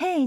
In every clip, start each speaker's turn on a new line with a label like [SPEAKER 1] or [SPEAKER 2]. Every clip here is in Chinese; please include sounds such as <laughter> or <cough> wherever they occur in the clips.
[SPEAKER 1] 喂，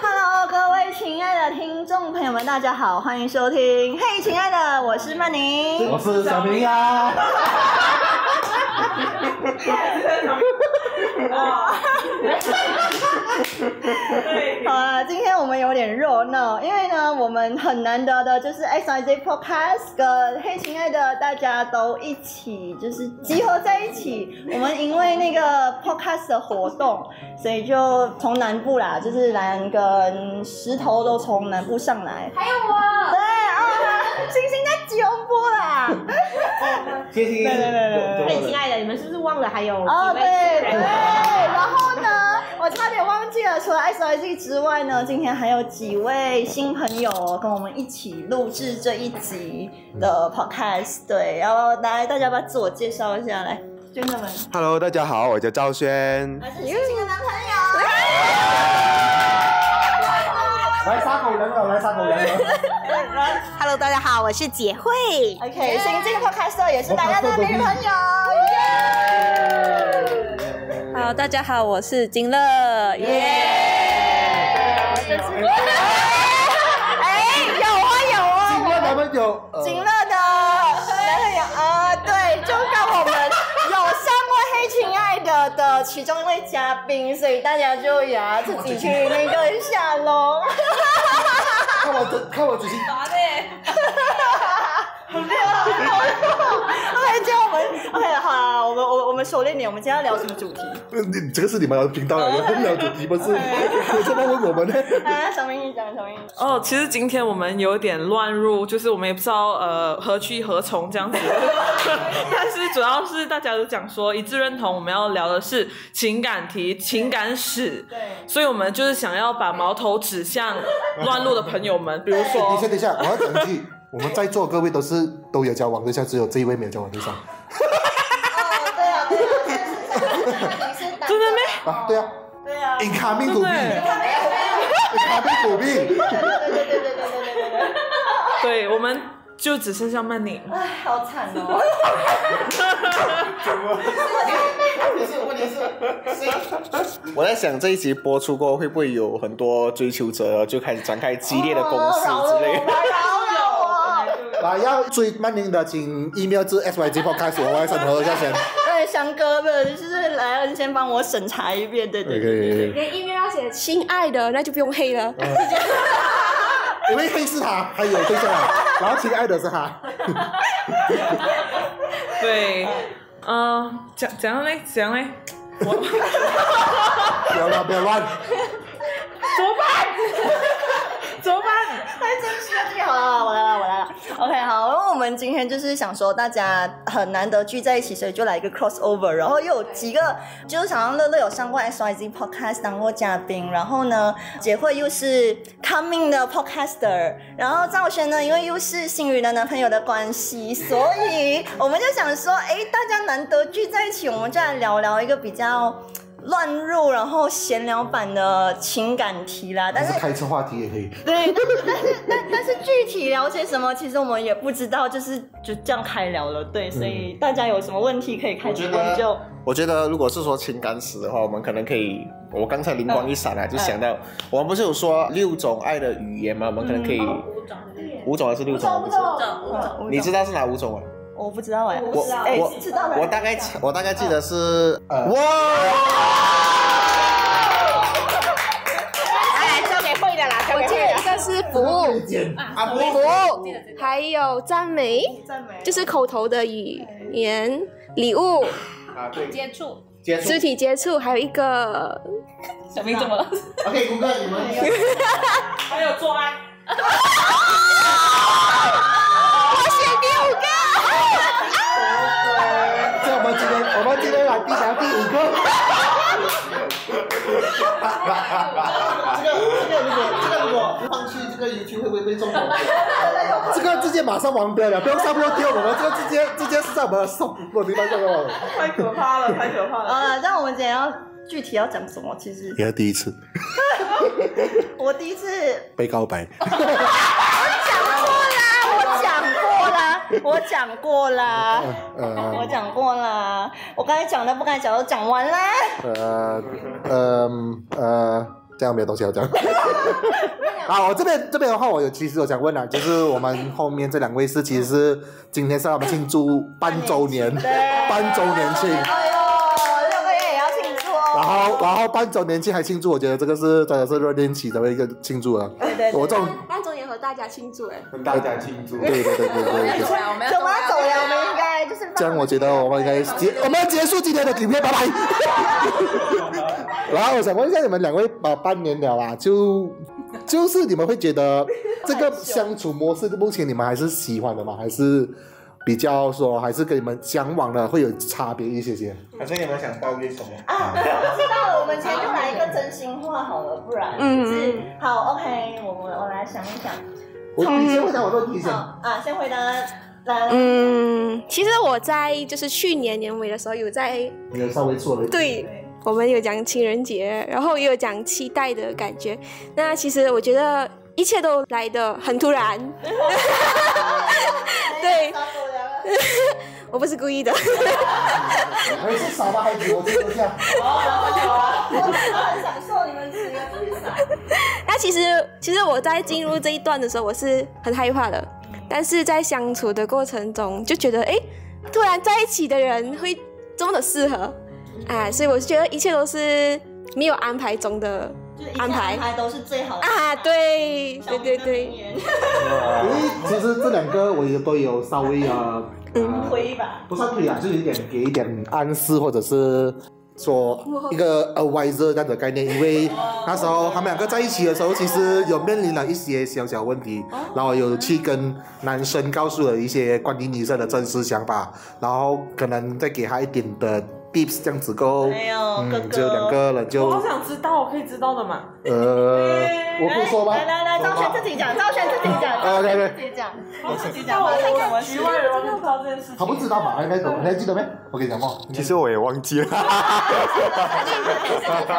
[SPEAKER 2] Hello，各位亲爱的听众朋友们，大家好，欢迎收听。嘿，亲爱的，我是曼宁。
[SPEAKER 3] 我是小明啊。
[SPEAKER 2] 好啊，今天我们有点热闹，因为呢，我们很难得的就是 X Y Z Podcast 跟嘿，亲爱的，大家都一起就是集合在一起。我们因为那个 Podcast 的活动，所以就从南部啦，就是兰跟石头都从南部上来。
[SPEAKER 4] 还有我，
[SPEAKER 2] 对啊，星星在吉隆坡啦。
[SPEAKER 3] 谢谢。对对对
[SPEAKER 5] 嘿，亲爱的，你们是不是忘了还有
[SPEAKER 2] 哦，
[SPEAKER 5] 几
[SPEAKER 2] 对
[SPEAKER 5] 位
[SPEAKER 2] 对，
[SPEAKER 5] 人？
[SPEAKER 2] 然后呢，我差点忘记了，除了 S I G 之外呢，今天还有几位新朋友哦跟我们一起录制这一集的 podcast。对，然后来大家把自我介绍一下，来，娟子们，
[SPEAKER 3] Hello，大家好，我叫赵轩。
[SPEAKER 2] 还是星星的男朋友。
[SPEAKER 3] 来杀狗人了，来杀狗人了。
[SPEAKER 5] Hello，大家好，我是姐慧。
[SPEAKER 2] OK，星星的 podcast 也是大家的女朋友。
[SPEAKER 6] 好，大家好，我是金乐，耶、
[SPEAKER 2] 哎，有啊有啊。
[SPEAKER 3] 今天咱们有呃
[SPEAKER 2] 景乐的男朋友啊，对，就跟我们有上过《黑亲爱的》的其中一位嘉宾，所以大家就也要自己去那个一下喽。
[SPEAKER 3] 看我嘴，看我嘴型。
[SPEAKER 2] OK，就我们 OK 好啦，我们我我们熟练点，我们今天要聊什么主题？
[SPEAKER 3] 你这个是你们的频道来的，不了主题 <laughs> 不是？你这么问我们呢？
[SPEAKER 2] 啊，小明你讲，小明你讲。
[SPEAKER 7] 哦，其实今天我们有点乱入，就是我们也不知道呃何去何从这样
[SPEAKER 1] <laughs>
[SPEAKER 7] 子，但是主要是大家都讲说一致认同，我们要聊的是情感题、情感史，
[SPEAKER 2] 对，
[SPEAKER 7] 所以我们就是想要把矛头指向乱入的朋
[SPEAKER 1] <laughs>
[SPEAKER 7] 友们，比如
[SPEAKER 3] 等
[SPEAKER 7] 说
[SPEAKER 3] 一下，等一下，我要讲一句。我们在座各位都是都有交往对象，只有这一位没有交往对象
[SPEAKER 2] 哦，对啊，对啊，真的
[SPEAKER 7] 真的咩？
[SPEAKER 3] 啊！对啊
[SPEAKER 2] 对啊，
[SPEAKER 3] ，incoming
[SPEAKER 7] 对
[SPEAKER 3] 股
[SPEAKER 7] 不
[SPEAKER 3] 币
[SPEAKER 7] 对？
[SPEAKER 3] ，incoming 股币。
[SPEAKER 2] 对对对对对对对对对，
[SPEAKER 7] 对，我们就只剩下曼宁。
[SPEAKER 2] 哎，好惨哦。
[SPEAKER 8] 我在想这一集播出过后，会不会有很多追求者就开始展开激
[SPEAKER 2] 哦
[SPEAKER 8] 烈的攻势
[SPEAKER 5] <laughs>
[SPEAKER 8] 之类
[SPEAKER 2] 哦饶了我吧饶了我。
[SPEAKER 3] 来，要追曼宁的，请 email 至 syg podcast 我来审核一下先。
[SPEAKER 2] 对，翔哥的，就是莱恩先帮我审查一遍，对对对。
[SPEAKER 3] OK，
[SPEAKER 4] 连 email 要写
[SPEAKER 6] 亲爱的，那就不用黑了。
[SPEAKER 3] 哦因为黑是他，还有对象啊，然后亲爱的是他。
[SPEAKER 7] 对，嗯，讲怎样嘞？怎样嘞？我
[SPEAKER 3] 不要乱，不要乱。
[SPEAKER 7] 怎么办？ <laughs> 怎么办？
[SPEAKER 2] 太真实了，好了，我来了，我来了。OK，好，因为我们今天就是想说大家很难得聚在一起，所以就来一个 crossover，然后又有几个就是想让乐乐有上过 XYZ podcast 当过嘉宾，然后呢，杰慧又是 coming 的 podcaster，然后赵轩呢，因为又是星宇的男朋友的关系，所以我们就想说，哎，大家难得聚在一起，我们就来聊聊一个比较。乱入，然后闲聊版的情感题啦，但
[SPEAKER 3] 还是
[SPEAKER 2] 是
[SPEAKER 3] 开车话题也可以。
[SPEAKER 2] 对，但是但是但但是具体聊些什么，其实我们也不知道，就是就这样开聊了。对，所
[SPEAKER 8] 嗯
[SPEAKER 2] 以大家有什么问题可以开直
[SPEAKER 8] 我
[SPEAKER 2] 播
[SPEAKER 8] 觉得
[SPEAKER 2] 就。
[SPEAKER 8] 我觉得如果是说情感史的话，我们可能可以，我刚才灵光一闪啊，就想到我们不是有说六种爱的语言吗？我们可能可以五种还是六种？嗯我不知道
[SPEAKER 2] 我
[SPEAKER 8] 你知道是哪五种吗？啊
[SPEAKER 2] 我不知道哎，
[SPEAKER 8] 我
[SPEAKER 2] 哎
[SPEAKER 8] 我
[SPEAKER 2] 知道了
[SPEAKER 8] 我大概记我大概记得是呃
[SPEAKER 3] 嗯
[SPEAKER 8] 哇，
[SPEAKER 5] 哎，交给会的啦，交
[SPEAKER 6] 我
[SPEAKER 5] 给
[SPEAKER 6] 记
[SPEAKER 5] 会
[SPEAKER 6] 得
[SPEAKER 5] 的。
[SPEAKER 6] 一个是服务，
[SPEAKER 3] 啊，不
[SPEAKER 6] 服务，还有赞美，
[SPEAKER 2] 赞美
[SPEAKER 6] 就是口头的语言，礼
[SPEAKER 3] 哦
[SPEAKER 6] 物，
[SPEAKER 8] 啊对，
[SPEAKER 4] 接触，
[SPEAKER 8] 接
[SPEAKER 6] 肢体接触，还有一个
[SPEAKER 5] 小明怎么了？
[SPEAKER 3] OK，谷歌你们
[SPEAKER 7] 还有做爱。
[SPEAKER 3] 这我们今天我们今天来第三第五个。这个这个如果这个如果放
[SPEAKER 8] 去这个 YouTube 会不会被中毒？
[SPEAKER 3] 这个直接马上完标了，不用上播丢我们，这个直接直接上我们的送，我明白这个吗？
[SPEAKER 7] 太可怕了，太可怕了。
[SPEAKER 2] 啊，那我们今天要具体要讲什么？其实
[SPEAKER 3] 也是第一次
[SPEAKER 2] 我第一次
[SPEAKER 3] 被告白，
[SPEAKER 2] 我讲过
[SPEAKER 8] <laughs>
[SPEAKER 2] 啦，我讲过啦，
[SPEAKER 8] 嗯
[SPEAKER 2] 我
[SPEAKER 3] 呃
[SPEAKER 2] 讲过啦，我刚才讲的不该讲都讲完啦。
[SPEAKER 3] 呃呃呃，这样没有东西要讲。啊，我这边这边的话，我有其实有想问啊，就是我们后面这两位是其实是今天是他们庆祝半周年， <laughs> 半周年庆。
[SPEAKER 2] 哎呦，六个月也要庆祝
[SPEAKER 3] 然
[SPEAKER 2] 哦。
[SPEAKER 3] 后，然后半周年庆还庆祝，我觉得这个是真的是热恋期的一个庆祝了。
[SPEAKER 2] 对对对
[SPEAKER 3] 我这种，
[SPEAKER 5] 半周年和大家庆祝哎，啊
[SPEAKER 4] 跟大家庆祝。
[SPEAKER 3] 对对对对对对啊对。
[SPEAKER 5] 我们
[SPEAKER 2] 走吧，走了，我们应该就是放
[SPEAKER 3] 这样我觉得我们应该结，我们要结束今天的影片，拜 <laughs> 拜。然后我想问一下你们两位，呃，半年了啊，就就是你们会觉得这个相处模式，目前你们还是喜欢的吗？还是比较说，还是跟你们向往的会有差别一些些？
[SPEAKER 8] 反正你们想抱怨什么？
[SPEAKER 2] 啊，我知道了，我们今天就来一个真心话好了，不然就是好，OK，我我我来想一想，
[SPEAKER 3] 我你先回答我的问题
[SPEAKER 1] 嗯
[SPEAKER 3] 先。
[SPEAKER 2] 好啊，先回答来来
[SPEAKER 5] 嗯，其实我在就是去年年尾的时候有在
[SPEAKER 3] 你有稍微做了一点
[SPEAKER 5] 对，我们有讲情人节，然后也有讲期待的感觉。那其实我觉得一切都来的很突然， <laughs> 对
[SPEAKER 2] 哎差不多了
[SPEAKER 5] 我不是故意的。 <laughs>
[SPEAKER 3] 我也是少吧，还比我这个下。
[SPEAKER 2] 哦 <laughs> 我很享受你们几个自赏。
[SPEAKER 5] 那其实其实我在进入这一段的时候，我是很害怕的，但是在相处的过程中就觉得，哎，突然在一起的人会这么的适合，啊，所以我是觉得一切都是没有安排中的
[SPEAKER 2] 就是一切
[SPEAKER 5] 安排
[SPEAKER 2] 安排都是最好的
[SPEAKER 5] 啊，对
[SPEAKER 2] 小明
[SPEAKER 5] 对对
[SPEAKER 2] 的名
[SPEAKER 5] 对，
[SPEAKER 2] 言
[SPEAKER 3] 因
[SPEAKER 8] 啊
[SPEAKER 3] 为其实这两个我也都有稍微啊，呃
[SPEAKER 2] 推吧。
[SPEAKER 3] 不算推啊，就是有点给一点暗示，或者是说一个 advisor 这样的概念。因为那时候他们两个在一起的时候，其实有面临了一些小小问题，
[SPEAKER 2] 哦
[SPEAKER 3] 然后有去跟男生告诉了一些关于女生的真实想法，然后可能再给他一点的 tips 这样子够。
[SPEAKER 2] 哎呦，哥
[SPEAKER 3] 嗯，
[SPEAKER 2] 哥，
[SPEAKER 3] 就两个人就
[SPEAKER 7] 我好想知道，我可以知道的嘛？
[SPEAKER 3] 呃，我不说吧
[SPEAKER 2] 来。来来，张璇自己讲，张璇自己讲，
[SPEAKER 3] 啊
[SPEAKER 2] 张
[SPEAKER 3] 对对
[SPEAKER 2] 璇自己讲，
[SPEAKER 7] 我自己
[SPEAKER 2] 讲吧看看我
[SPEAKER 7] 局外人都不知道这件事情。
[SPEAKER 3] 他不知道嘛？应该懂，你还记得没？我跟你讲嘛，
[SPEAKER 4] 其实我也忘记了，
[SPEAKER 2] 张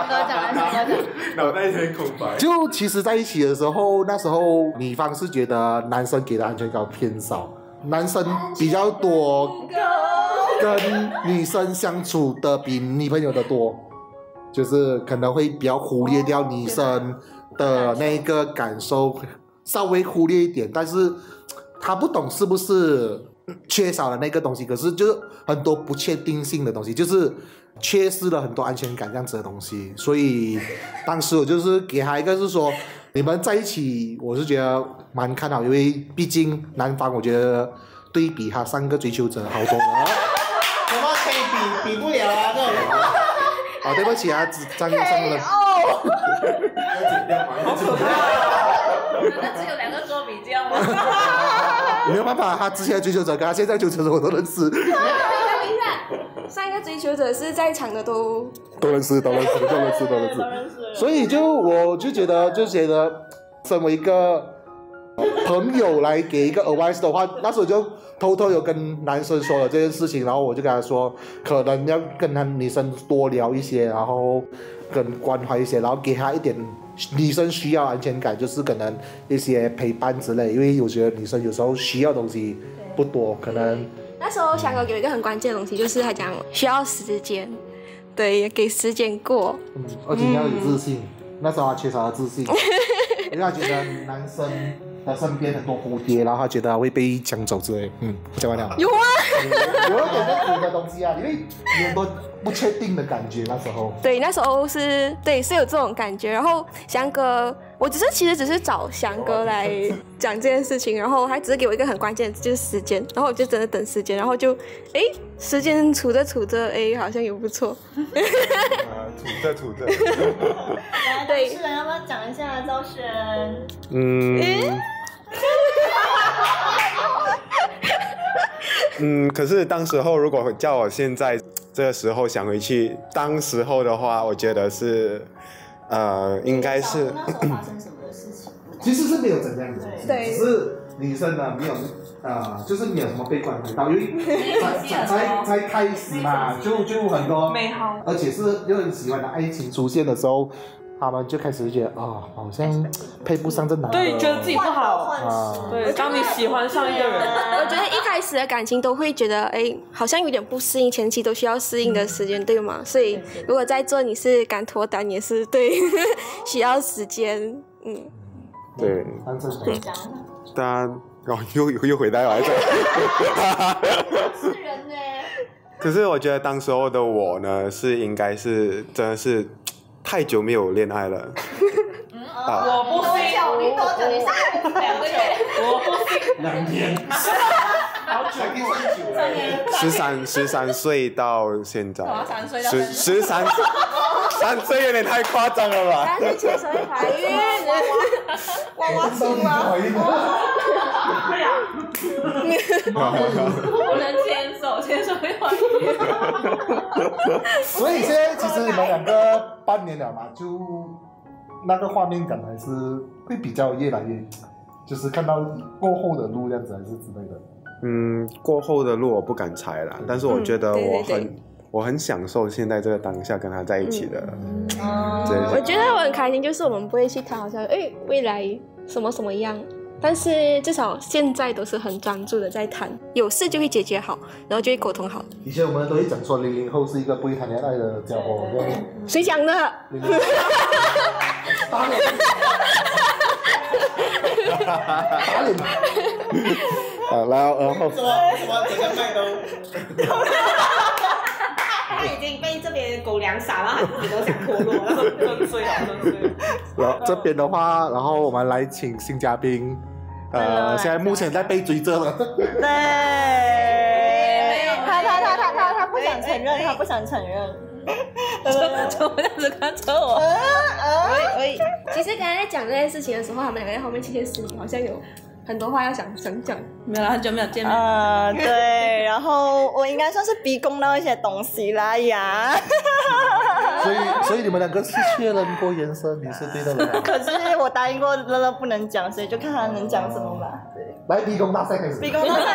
[SPEAKER 2] 哥讲，来张哥讲。
[SPEAKER 4] <laughs> 脑袋一片空白。
[SPEAKER 3] 就其实在一起的时候，那时候女方是觉得男生给的安全感偏少，男生比较多，跟女生相处的比女朋友的多，就是可能会比较忽略掉女生的那个感受，稍微忽略一点，但是他不懂是不是缺少了那个东西，可是就是很多不确定性的东西，就是缺失了很多安全感这样子的东西。所以当时我就是给他一个是说，你们在一起，我是觉得蛮看好，因为毕竟男方我觉得对比他三个追求者好多了。
[SPEAKER 8] 什么可以比比不了啊？那种
[SPEAKER 3] 啊，对不起啊，只张张
[SPEAKER 6] oh.
[SPEAKER 3] <laughs> 了。
[SPEAKER 7] 好可怕！哦
[SPEAKER 6] 那只有两个做比较吗？
[SPEAKER 3] <laughs> 没有办法，他之前的追求者跟他现在的追求者我都认识，
[SPEAKER 5] 上一个追求者是在场的都
[SPEAKER 3] 都认识，都认识，都认识，都认识。所以就我就觉得，就觉得身为一个朋友来给一个 advice 的话，那时候就偷偷有跟男生说了这件事情，然后我就跟他说，可能要跟他女生多聊一些，然后跟关怀一些，然后给他一点女生需要安全感，就是可能一些陪伴之类，因为我觉得女生有时候需要东西不多，可能
[SPEAKER 5] 那时候翔哥给我一个很关键的东西，就是他讲需要时间，对，给时间过。
[SPEAKER 3] 嗯，而且你要有自信。那时候他缺少了自
[SPEAKER 5] <laughs>
[SPEAKER 3] 信，因为他觉得男生他身边很多蝴蝶，然后他觉得他会被抢走之类。嗯，讲完了。
[SPEAKER 5] 有啊，
[SPEAKER 3] 有一点那种的东西啊，因为有很多不确定的感觉。那时候，
[SPEAKER 5] 对，那时候是对是有这种感觉。然后翔哥，我只是其实只是找翔哥来讲这件事情，然后他只是给我一个很关键的就是时间，然后我就真的等时间，然后就哎时间处着处着，哎好像也不错。
[SPEAKER 4] 啊，处着处着，
[SPEAKER 2] 来，主持人要不要讲一下张璇？
[SPEAKER 4] 嗯。嗯，可是当时候如果叫我现在这个时候想回去，当时候的话，我觉得是，呃，应该是
[SPEAKER 2] 那时候发生什么事情？
[SPEAKER 3] 其实是没有怎样的，
[SPEAKER 5] 对
[SPEAKER 3] 只是女生呢没有呃，就是没有什么被关注到，因为才才才开始嘛，就就很多
[SPEAKER 7] 美好，
[SPEAKER 3] 而且是又很喜欢的爱情出现的时候，他们就开始觉得哦，好像配不上这男的，
[SPEAKER 7] 对，觉得自己不好。
[SPEAKER 3] 啊，
[SPEAKER 7] 对，当你喜欢上一个人，
[SPEAKER 5] 我觉得一开始的感情都会觉得，哎，好像有点不适应，前期都需要适应的时间，对吗？所以如果在做你是敢脱单，也是对， <laughs> 需要时间。嗯，
[SPEAKER 4] 对，
[SPEAKER 3] 单身狗
[SPEAKER 4] 当然，然后哦又又又回到来这。 <laughs>
[SPEAKER 9] 是人呢、
[SPEAKER 4] 可是我觉得当时候的我呢，是应该是真的是太久没有恋爱了。啊，
[SPEAKER 7] 我不信，
[SPEAKER 9] 你多久？你三两个月，
[SPEAKER 7] 我不信，
[SPEAKER 3] 两年，好久，一三九了
[SPEAKER 4] 十三十三岁到现在，
[SPEAKER 6] 三岁到
[SPEAKER 4] 十十三三岁有点太夸张了吧？
[SPEAKER 5] 但是确实会怀孕。
[SPEAKER 2] 娃娃
[SPEAKER 3] 都
[SPEAKER 2] 亲
[SPEAKER 3] 你
[SPEAKER 2] 吗？
[SPEAKER 3] 怀孕了，
[SPEAKER 9] 不能牵手，牵手没有
[SPEAKER 3] 所以现在其实你们两个半年了嘛，就那个画面感还是会比较越来越，就是看到过后的路这样子还是之类的。
[SPEAKER 4] 嗯，过后的路我不敢踩了，但是我觉得
[SPEAKER 5] 嗯对对
[SPEAKER 4] 我很、
[SPEAKER 5] 对
[SPEAKER 4] 我很享受现在这个当下跟他在一起的。
[SPEAKER 6] 嗯
[SPEAKER 4] 这
[SPEAKER 5] 我
[SPEAKER 2] 嗯
[SPEAKER 4] 一下
[SPEAKER 5] 觉得我很开心，就是我们不会去谈好像哎未来什么什么样，但是至少现在都是很专注的在谈，有事就会解决好，然后就会沟通好。
[SPEAKER 3] 以前我们都会讲说零零后是一个不会谈恋爱的家伙，这样
[SPEAKER 5] 谁讲的？
[SPEAKER 3] 零零后打脸，打脸，
[SPEAKER 4] 啊，然后然后
[SPEAKER 8] 怎么怎么整个麦都
[SPEAKER 9] 他已经被这边的狗粮撒了，他自己都想脱落了。 <laughs>
[SPEAKER 7] 真醉了，真醉了。
[SPEAKER 4] 然后这边的话，然后我们来请新嘉宾，呃，现在目前在被追着了。
[SPEAKER 2] 对，他他他他他他不想承认，他不想承认。
[SPEAKER 6] 哎 <laughs>
[SPEAKER 2] 呃
[SPEAKER 6] 怎么这样子看着我？
[SPEAKER 5] 其实刚才在讲这件事情的时候，他们两个在后面窃窃私语，好像有很多话要想想讲。
[SPEAKER 6] 没有啦，很久没有见面。
[SPEAKER 2] 啊、对，然后我应该算是逼供到一些东西啦呀，
[SPEAKER 3] 所以所以你们两个是确认过延伸，你是对的了。
[SPEAKER 2] 可是我答应过乐乐不能讲，所以就看他能讲什么吧。
[SPEAKER 3] 来，逼宫大赛开始，
[SPEAKER 2] 逼供到现在，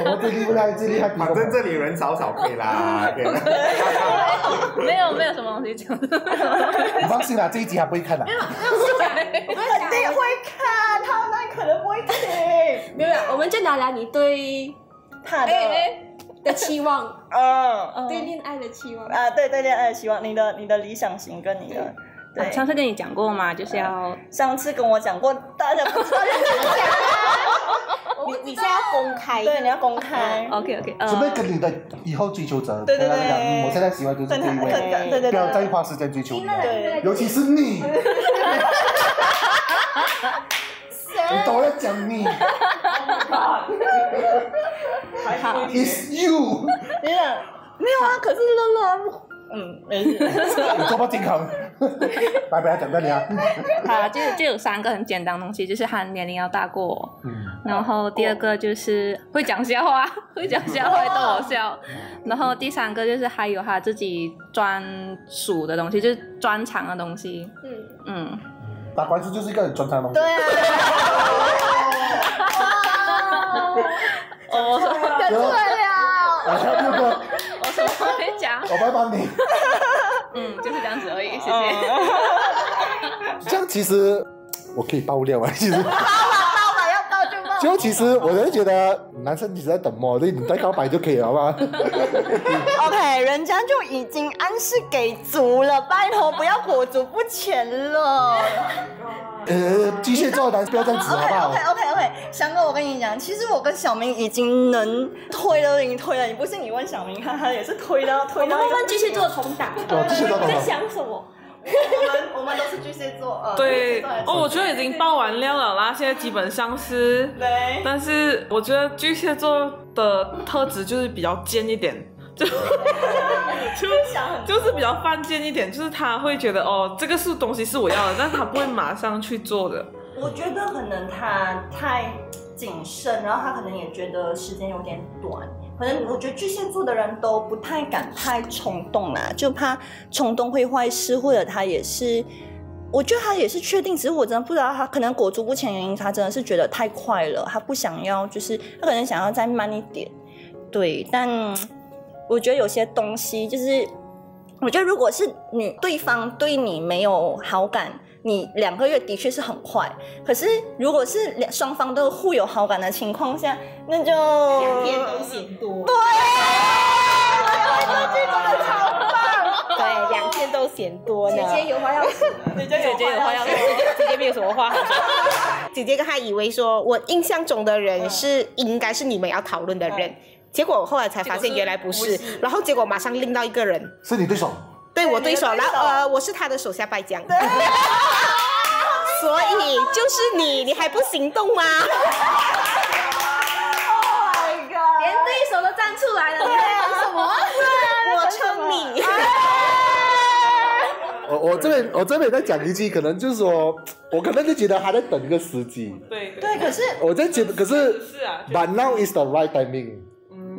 [SPEAKER 3] 我们最厉害，最厉害逼宫。
[SPEAKER 8] 这里人少少可以
[SPEAKER 6] <laughs>
[SPEAKER 8] 啦，可以啦。
[SPEAKER 6] 没有没有什么东西讲。
[SPEAKER 3] 你放心啦，这一集还不会看的。
[SPEAKER 2] 肯定会看，他那可能不会
[SPEAKER 6] 哎
[SPEAKER 2] 听。
[SPEAKER 5] 没有，我们就聊聊你对哎
[SPEAKER 2] 他
[SPEAKER 6] 哎
[SPEAKER 2] 的，
[SPEAKER 5] 呃的期望，
[SPEAKER 2] 嗯，
[SPEAKER 6] 哦
[SPEAKER 5] 对恋爱的期望。
[SPEAKER 2] 啊，对对恋爱的希望，你的你的理想型跟你的，对，呃
[SPEAKER 6] 上次跟你讲过嘛，就是要
[SPEAKER 2] 上次跟我讲过，大家不知道要怎么讲，
[SPEAKER 9] 你你现在要公开
[SPEAKER 2] 对，你要公开。
[SPEAKER 6] OK OK
[SPEAKER 3] 准备
[SPEAKER 6] 呃，
[SPEAKER 3] 跟你的以后追求者
[SPEAKER 2] 对对
[SPEAKER 3] 跟他讲，
[SPEAKER 2] 对
[SPEAKER 3] 嗯我现在喜欢就是这一
[SPEAKER 2] 对对对
[SPEAKER 3] 位，
[SPEAKER 2] 对
[SPEAKER 3] 不要再花时间追求你了，
[SPEAKER 2] 对
[SPEAKER 3] 尤其是你，你都要讲你，It's you，
[SPEAKER 2] 你想没有啊？可是乐乐，嗯，没事。
[SPEAKER 3] 你做不健康，拜拜，讲到你啊，
[SPEAKER 6] 好，就就有三个很简单的东西，就是他年龄要大过我，
[SPEAKER 3] 嗯，
[SPEAKER 6] 然后第二个就是会讲笑话，会讲笑话会逗我笑，然后第三个就是还有他自己专属的东西，就是专长的东西。
[SPEAKER 5] 嗯，
[SPEAKER 6] 嗯，
[SPEAKER 3] 打官司就是一个很专长的东西
[SPEAKER 2] 对，啊，
[SPEAKER 6] 我说
[SPEAKER 3] 对
[SPEAKER 2] 了，
[SPEAKER 3] 我还有六个，
[SPEAKER 2] 哦
[SPEAKER 6] 我什么都没 <laughs> 讲，
[SPEAKER 3] 我拜帮你。
[SPEAKER 6] 嗯，就是这样子而已，谢
[SPEAKER 2] 哦
[SPEAKER 6] 谢。
[SPEAKER 4] 这样其实我可以爆料啊，其实。
[SPEAKER 2] 到吧，要到就到。
[SPEAKER 4] 就其实我就觉得男生一直在等我，对，你再告白就可以了嘛。
[SPEAKER 2] <laughs> OK，人哎家就已经暗示给足了，拜托不要裹足不前了。 <laughs>
[SPEAKER 3] 呃，巨蟹座的男生不要这样子好
[SPEAKER 2] OK
[SPEAKER 3] 不
[SPEAKER 2] <laughs>
[SPEAKER 3] 好
[SPEAKER 2] OK？OK OK，翔哥，我跟你讲，其实我跟小明已经能推了，已经推了。你不信你问小明，看他也是推到推到。
[SPEAKER 5] 问巨蟹座重打，
[SPEAKER 3] 哦，巨蟹座的
[SPEAKER 5] 在
[SPEAKER 3] 男生
[SPEAKER 5] 想什么？
[SPEAKER 2] 我们我们都是巨蟹座，呃，
[SPEAKER 7] 对
[SPEAKER 2] 巨蟹座还，是
[SPEAKER 7] 哦，我觉得已经爆完料了啦，现在基本上是。
[SPEAKER 2] 对。
[SPEAKER 7] 但是我觉得巨蟹座的特质就是比较尖一点， <laughs> 就就就是比较犯贱一点，就是他会觉得哦，这个是东西是我要的，但是他不会马上去做的。
[SPEAKER 2] 我觉得可能他太谨慎，然后他可能也觉得时间有点短。可能我觉得巨蟹座的人都不太敢太冲动啦，就怕冲动会坏事，或者他也是我觉得他也是确定，只是我真的不知道他可能裹足不前的原因，他真的是觉得太快了，他不想要，就是他可能想要再慢一点。对，但我觉得有些东西就是，我觉得如果是你对方对你没有好感，你两个月的确是很快，可是如果是两双方都互有好感的情况下，那就
[SPEAKER 9] 两天都嫌多，对，两天都嫌多呢。姐姐有话要说，姐姐姐有话要说，姐姐没有什么话。
[SPEAKER 10] 姐姐跟他以为说，我印象中的人是应该是你们要讨论的人，结果后来才发现原来不是，然后结果马上拎到一个人，
[SPEAKER 3] 是你对手，
[SPEAKER 10] 对我对手，然后呃，我是他的手下败将。 <laughs> 所以就是你，你还不行动吗？
[SPEAKER 2] Oh <laughs>
[SPEAKER 9] 连对手都站出来了，你在等什么？
[SPEAKER 10] 我撑你。
[SPEAKER 3] 我我这边我这边再讲一句，可能就是说，我可能就觉得他在等一个时机。
[SPEAKER 7] 对对
[SPEAKER 2] 对，可是
[SPEAKER 3] 我在觉得，可是
[SPEAKER 7] 是啊，
[SPEAKER 3] ，but now is the right timing，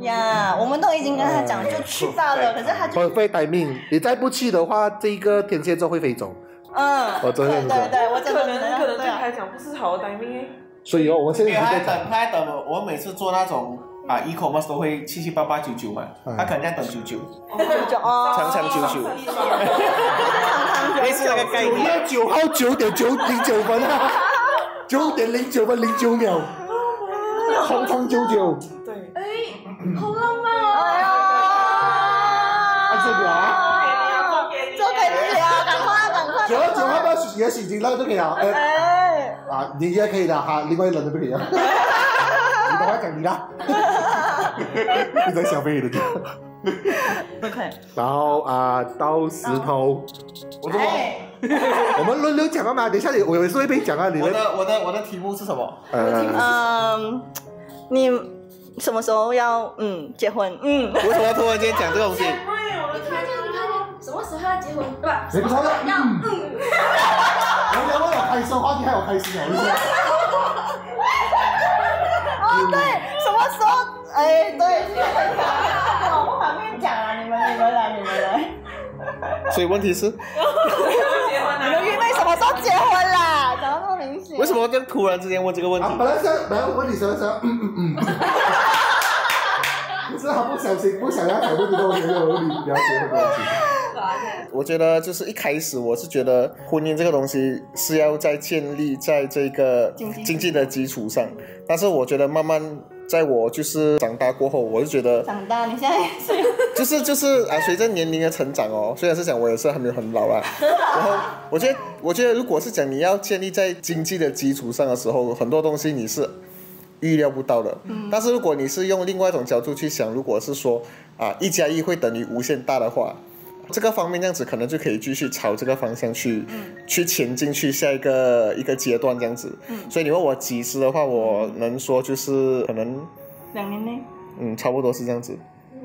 [SPEAKER 2] 呀我们都已经跟他讲就去罢了，可是他就
[SPEAKER 3] 会会 timing。你再不去的话，这一个天蝎座会飞走。
[SPEAKER 2] 嗯，
[SPEAKER 3] 我真的
[SPEAKER 2] 对
[SPEAKER 3] 是
[SPEAKER 2] 对对，我真的
[SPEAKER 7] 可能可能对
[SPEAKER 2] 对
[SPEAKER 7] 他
[SPEAKER 2] 啊
[SPEAKER 7] 来讲不是好的 timing 欸
[SPEAKER 3] 所以哦，我们现在
[SPEAKER 8] 因为他
[SPEAKER 3] 一直
[SPEAKER 8] 在
[SPEAKER 3] 在
[SPEAKER 8] 等，他在等我。我每次做那种啊 e-commerce 都会七七八八九九嘛，
[SPEAKER 3] 嗯
[SPEAKER 8] 他可能在等九九，
[SPEAKER 2] 就哦，
[SPEAKER 8] 长长久久，类似那个概
[SPEAKER 3] 九
[SPEAKER 8] 念。
[SPEAKER 3] 月九号九点九零九分啊，九点零九分零九秒，长长久久，
[SPEAKER 7] 对，
[SPEAKER 2] 哎
[SPEAKER 3] 按
[SPEAKER 2] 呀，
[SPEAKER 3] 这表啊，
[SPEAKER 2] 做给你了，赶快赶快，
[SPEAKER 3] 九号九号到也许已经到这里了，哎
[SPEAKER 2] 哎，
[SPEAKER 3] 啊，你也可以的哈，另外一人就不可以了。你等会讲你的，你在消费你的。
[SPEAKER 2] OK，
[SPEAKER 3] 然后啊、刀石头，我说
[SPEAKER 2] 哎，
[SPEAKER 3] 我们轮流讲啊嘛，等一下你我也是会被讲啊，你
[SPEAKER 8] 我
[SPEAKER 3] 们
[SPEAKER 8] 的我的我的题目是什么？
[SPEAKER 3] 呃，
[SPEAKER 2] 嗯，你什么时候要嗯结婚？嗯，
[SPEAKER 8] 为什么突然间讲这个东西？
[SPEAKER 3] 你不说的，嗯，我要为我开心，话题害我开心啊，我就说
[SPEAKER 2] 哦对，什么时候？哎，对，是很想要，我旁边讲啊，你们你们来，你们来。
[SPEAKER 8] 所以问题是，
[SPEAKER 2] <laughs> 你们预备什么时候结婚啦？讲到这么明显，
[SPEAKER 8] 为什么这样突然之间问这个问题
[SPEAKER 3] 啊，？本来想，本来我问你什么时候，嗯嗯 <laughs> 嗯，不是他不小心不想要讨论这个东西，我问你了解这个东西，
[SPEAKER 8] 我觉得就是一开始我是觉得婚姻这个东西是要在建立在这个经济的基础上，但是我觉得慢慢在我就是长大过后，我就觉得
[SPEAKER 2] 长大？你现在也是
[SPEAKER 8] 就是就是啊，随着年龄的成长哦，虽然是讲我也是还没有很
[SPEAKER 2] <laughs>
[SPEAKER 8] 老啊，然后我觉得我觉得如果是讲你要建立在经济的基础上的时候，很多东西你是预料不到的。
[SPEAKER 2] 嗯
[SPEAKER 8] 但是如果你是用另外一种角度去想，如果是说啊一加一会等于无限大的话，这个方面这样子可能就可以继续朝这个方向去、去前进去下一个一个阶段这样子。所以你问我几时的话，我能说就是可能
[SPEAKER 2] 两年内。
[SPEAKER 8] 嗯，差不多是这样子。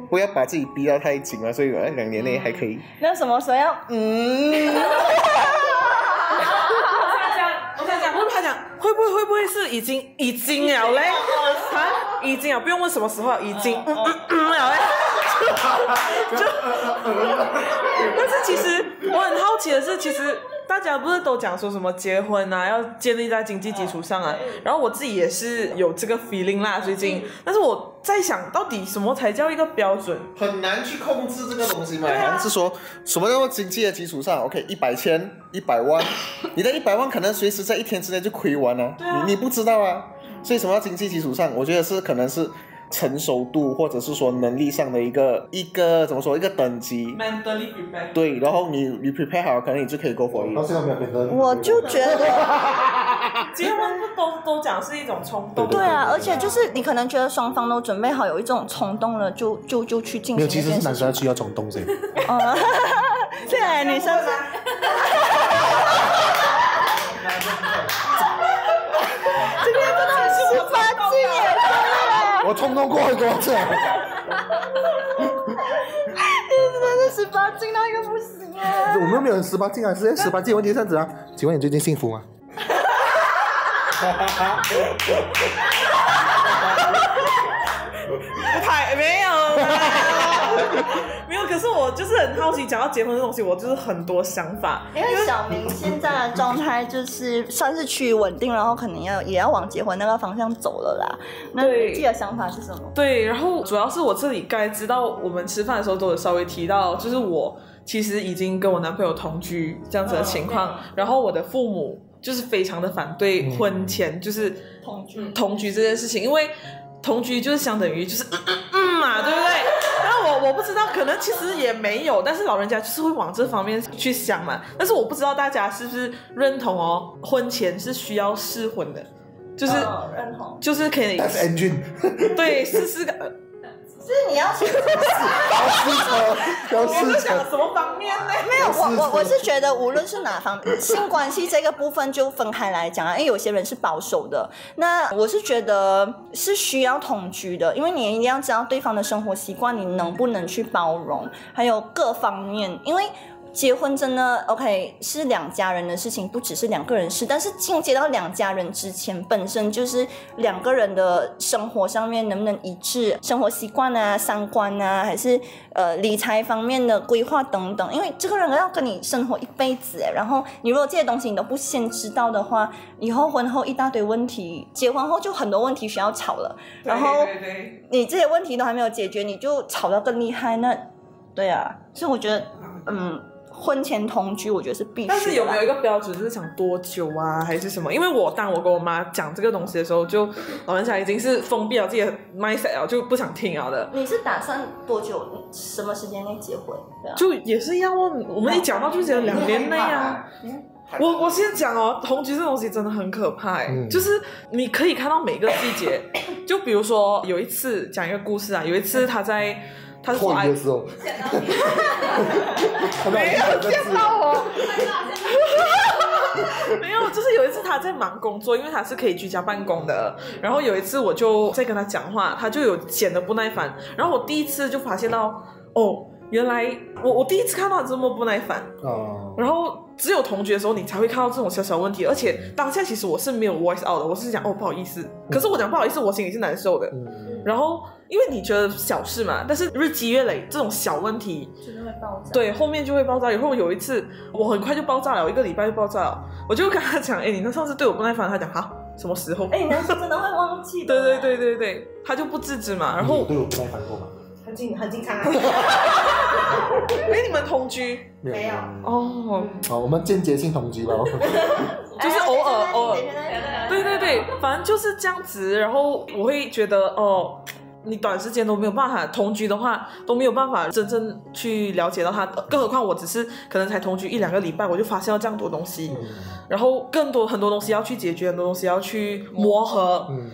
[SPEAKER 8] 不要把自己逼到太紧了，啊所以我两年内还可以。
[SPEAKER 2] 那什么时候要？嗯，
[SPEAKER 7] 我想讲问他讲会不会会不会是已经已经了
[SPEAKER 2] <laughs> 哦
[SPEAKER 7] 嘞？啊，已经了，不用问什么时候，已经嗯嗯嗯了
[SPEAKER 2] <laughs>
[SPEAKER 7] 嘞。但是其实我很好奇的是，其实大家不是都讲说什么结婚啊，要建立在经济基础上啊。
[SPEAKER 2] 嗯
[SPEAKER 7] 然后我自己也是有这个 feeling 啦，最近。但是我在想到底什么才叫一个标准？
[SPEAKER 8] 很难去控制这个东西嘛。
[SPEAKER 7] 啊
[SPEAKER 8] 好像是说什么叫做经济的基础上，OK，一百千、一百
[SPEAKER 7] <laughs>
[SPEAKER 8] 万，你的一百万可能随时在一天之内就亏完了、你你不知道啊。所以什么叫经济基础上？我觉得是可能是成熟度，或者是说能力上的一个一个怎么说一个等级。
[SPEAKER 7] mentally prepare。
[SPEAKER 8] 对，然后你你 prepare 好，可能你就可以 go for
[SPEAKER 3] 到
[SPEAKER 8] it。
[SPEAKER 3] 现在没有变成，
[SPEAKER 2] 我就觉得
[SPEAKER 7] 结婚不都都讲是一种冲
[SPEAKER 2] <laughs>
[SPEAKER 7] 动？
[SPEAKER 2] 对啊，而且就是你可能觉得双方都准备好，有一种冲动了，就就就去进
[SPEAKER 3] 没有，
[SPEAKER 2] 行一
[SPEAKER 3] 其实
[SPEAKER 2] 件
[SPEAKER 3] 是男
[SPEAKER 2] 事。
[SPEAKER 3] 生要去要冲动先，
[SPEAKER 2] 嗯，对啊，女生是。这个真的很十八禁耶！
[SPEAKER 3] 我冲动过很多次， <laughs>
[SPEAKER 2] 真的是十八禁到一个不行耶！
[SPEAKER 3] 我们又没有人十八禁啊，是十八禁问题这样子啊，请问你最近幸福吗？
[SPEAKER 7] 太没有啦， <laughs> 没有，可是我就是很好奇，讲到结婚这东西，我就是很多想法。
[SPEAKER 2] 因为小明现在的状态就是算是趋于稳定，然后可能要也要往结婚那个方向走了啦。那你
[SPEAKER 7] 对
[SPEAKER 2] 自己的想法是什么？
[SPEAKER 7] 对，然后主要是我这里刚才知道，我们吃饭的时候都有稍微提到，就是我其实已经跟我男朋友同居这样子的情况，然后我的父母就是非常的反对婚前就是同居同居这件事情，因为同居就是相等于就是嗯嗯嗯嘛，对不对？那我我不知道，可能其实也没有，但是老人家就是会往这方面去想嘛。但是我不知道大家是不是认同哦，婚前是需要试婚的，就是、
[SPEAKER 2] 认同，
[SPEAKER 7] 就是可以
[SPEAKER 3] 但是 engine，
[SPEAKER 7] 对试试看。
[SPEAKER 2] 就是你要去。
[SPEAKER 3] 要试车，要试车。
[SPEAKER 7] 什么方面呢？
[SPEAKER 2] 没
[SPEAKER 7] <laughs>
[SPEAKER 2] 有，我我我
[SPEAKER 3] 是
[SPEAKER 2] 是觉得，无论是哪方性关系这个部分就分开来讲啊，因为有些人是保守的，那我是觉得是需要同居的，因为你一定要知道对方的生活习惯，你能不能去包容，还有各方面，因为。结婚真的 OK 是两家人的事情，不只是两个人事。但是进阶到两家人之前，本身就是两个人的生活上面能不能一致，生活习惯啊、三观啊，还是呃理财方面的规划等等。因为这个人要跟你生活一辈子欸，然后你如果这些东西你都不先知道的话，以后婚后一大堆问题，结婚后就很多问题需要吵了。然后
[SPEAKER 7] 对对
[SPEAKER 2] 你这些问题都还没有解决，你就吵得更厉害，那对啊，所以我觉得，嗯，婚前同居我觉得是必须的
[SPEAKER 7] 但
[SPEAKER 2] 啦。
[SPEAKER 7] 是有没有一个标准，就是想多久啊，还是什么？因为我当我跟我妈讲这个东西的时候，就老人家已经是封闭了自己的 mindset 了，就不想听了的。
[SPEAKER 2] 你是打算多久、什么时间内结婚？对啊，
[SPEAKER 7] 就也是一样哦，我们一讲到就觉得两年内啊。我我先讲哦，同居这东西真的很可怕、欸，
[SPEAKER 3] 嗯
[SPEAKER 7] 就是你可以看到每个细节，就比如说有一次讲一个故事啊，有一次她在她是说
[SPEAKER 3] 破
[SPEAKER 7] 哎
[SPEAKER 3] 音的时
[SPEAKER 7] <laughs>
[SPEAKER 3] 候，没有见到我，
[SPEAKER 7] 没有，就是有一次他在忙工作，因为他是可以居家办公的。然后有一次我就在跟他讲话，他就有显得不耐烦。然后我第一次就发现到，哦，原来我我第一次看到他这么不耐烦。
[SPEAKER 3] 哦，
[SPEAKER 7] 然后只有同居的时候，你才会看到这种小小问题。而且当下其实我是没有 voice out 的，我是讲哦不好意思。可是我讲不好意思，我心里是难受的。
[SPEAKER 3] 嗯
[SPEAKER 7] 然后因为你觉得小事嘛，但是日积月累，这种小问题
[SPEAKER 2] 真的会爆炸。
[SPEAKER 7] 对，后面就会爆炸。以后有一次，我很快就爆炸了，我一个礼拜就爆炸了。我就跟他讲，哎、你那上次对我不耐烦，他讲哈，什么时候？
[SPEAKER 2] 哎，男生真的会忘记
[SPEAKER 7] 对
[SPEAKER 2] 的。
[SPEAKER 7] 对对对对，他就不制止嘛。然
[SPEAKER 3] 你
[SPEAKER 7] 后
[SPEAKER 3] 有，对我不耐烦过吗？
[SPEAKER 10] 很经很经常啊。
[SPEAKER 7] 哎、你们同居
[SPEAKER 3] 没有。
[SPEAKER 7] 哦？
[SPEAKER 3] 好，我们间接性同居 <laughs> 吧。
[SPEAKER 7] 就是偶尔
[SPEAKER 2] 嗯哎
[SPEAKER 7] 偶尔
[SPEAKER 2] 对
[SPEAKER 7] 对对
[SPEAKER 2] 对对对
[SPEAKER 7] 对，反正就是这样子。然后我会觉得，哦，你短时间都没有办法同居的话，都没有办法真正去了解到他。更何况我只是可能才同居一两个礼拜，我就发现到这样多东西，
[SPEAKER 3] Hmm.
[SPEAKER 7] 然后更多很多东西要去解决，很多东西要去磨合。
[SPEAKER 3] 嗯，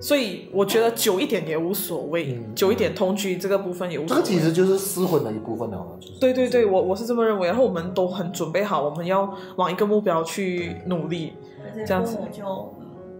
[SPEAKER 7] 所以我觉得久一点也无所谓，
[SPEAKER 3] 嗯
[SPEAKER 7] 久一点同居这个部分也无
[SPEAKER 3] 这
[SPEAKER 7] 所谓。
[SPEAKER 3] 个其实就是失婚的一部分了。就是
[SPEAKER 7] 对对对，我我是这么认为。然后我们都很准备好，我们要往一个目标去努力。
[SPEAKER 2] 对
[SPEAKER 7] 这样子
[SPEAKER 2] 父母就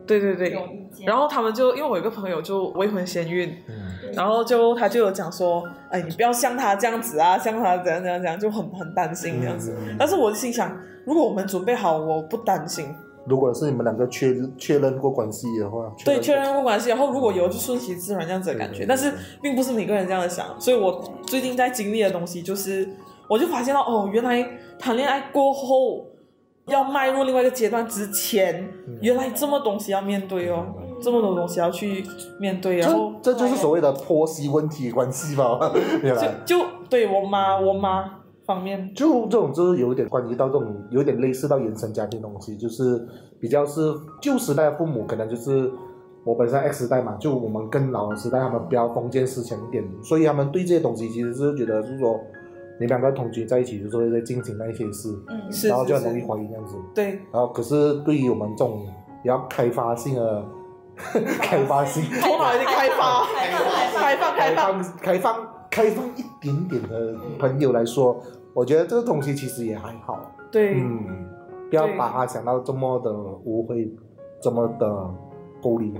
[SPEAKER 7] 对对
[SPEAKER 2] 有
[SPEAKER 7] 对。
[SPEAKER 2] 意见。
[SPEAKER 7] 然后他们就因为我有一个朋友就未婚先孕，
[SPEAKER 3] 嗯
[SPEAKER 7] 然后就他就有讲说，哎，你不要像他这样子啊，像他怎样怎样怎样，就很很担心这样子。
[SPEAKER 3] 嗯
[SPEAKER 7] 但是我心想，如果我们准备好，我不担心。
[SPEAKER 3] 如果是你们两个确确认过关系的话，
[SPEAKER 7] 对，
[SPEAKER 3] 过哦
[SPEAKER 7] 确认过关系，然后如果有就顺其自然这样子的感觉，
[SPEAKER 3] 对对对
[SPEAKER 7] 但是并不是每个人这样的想，所以我最近在经历的东西就是，我就发现到哦，原来谈恋爱过后要迈入另外一个阶段之前，
[SPEAKER 3] 嗯
[SPEAKER 7] 原来这么东西要面对哦，这么多东西要去面对，然后
[SPEAKER 3] 这这就是所谓的婆媳问题关系吧？ <laughs> 原
[SPEAKER 7] 就
[SPEAKER 3] 来
[SPEAKER 7] 就对我妈我妈方面，
[SPEAKER 3] 就这种就是有一点关于到这种有点类似到原生家庭的东西，就是比较是旧时代的父母可能就是。我本身 X 时代嘛，就我们跟老人时代，他们比较封建思想一点，所以他们对这些东西其实是觉得，就是说，你两个同居在一起，就是会在进行那一些事，
[SPEAKER 2] 嗯
[SPEAKER 7] 是
[SPEAKER 3] 然后
[SPEAKER 7] 是
[SPEAKER 3] 就很容易
[SPEAKER 7] 是，
[SPEAKER 3] 怀疑这样子。
[SPEAKER 7] 对，
[SPEAKER 3] 然后可是对于我们这种比较开发性的
[SPEAKER 7] <laughs>
[SPEAKER 3] 开发性、
[SPEAKER 7] 头脑已经开发，
[SPEAKER 2] 开放开放
[SPEAKER 7] 开放开
[SPEAKER 3] 开
[SPEAKER 7] 放，
[SPEAKER 3] 放、开放、开放一点点的朋友来说，我觉得这个东西其实也还好。
[SPEAKER 7] 对，
[SPEAKER 3] 嗯，不要把它想到这么的污秽，这么的孤立。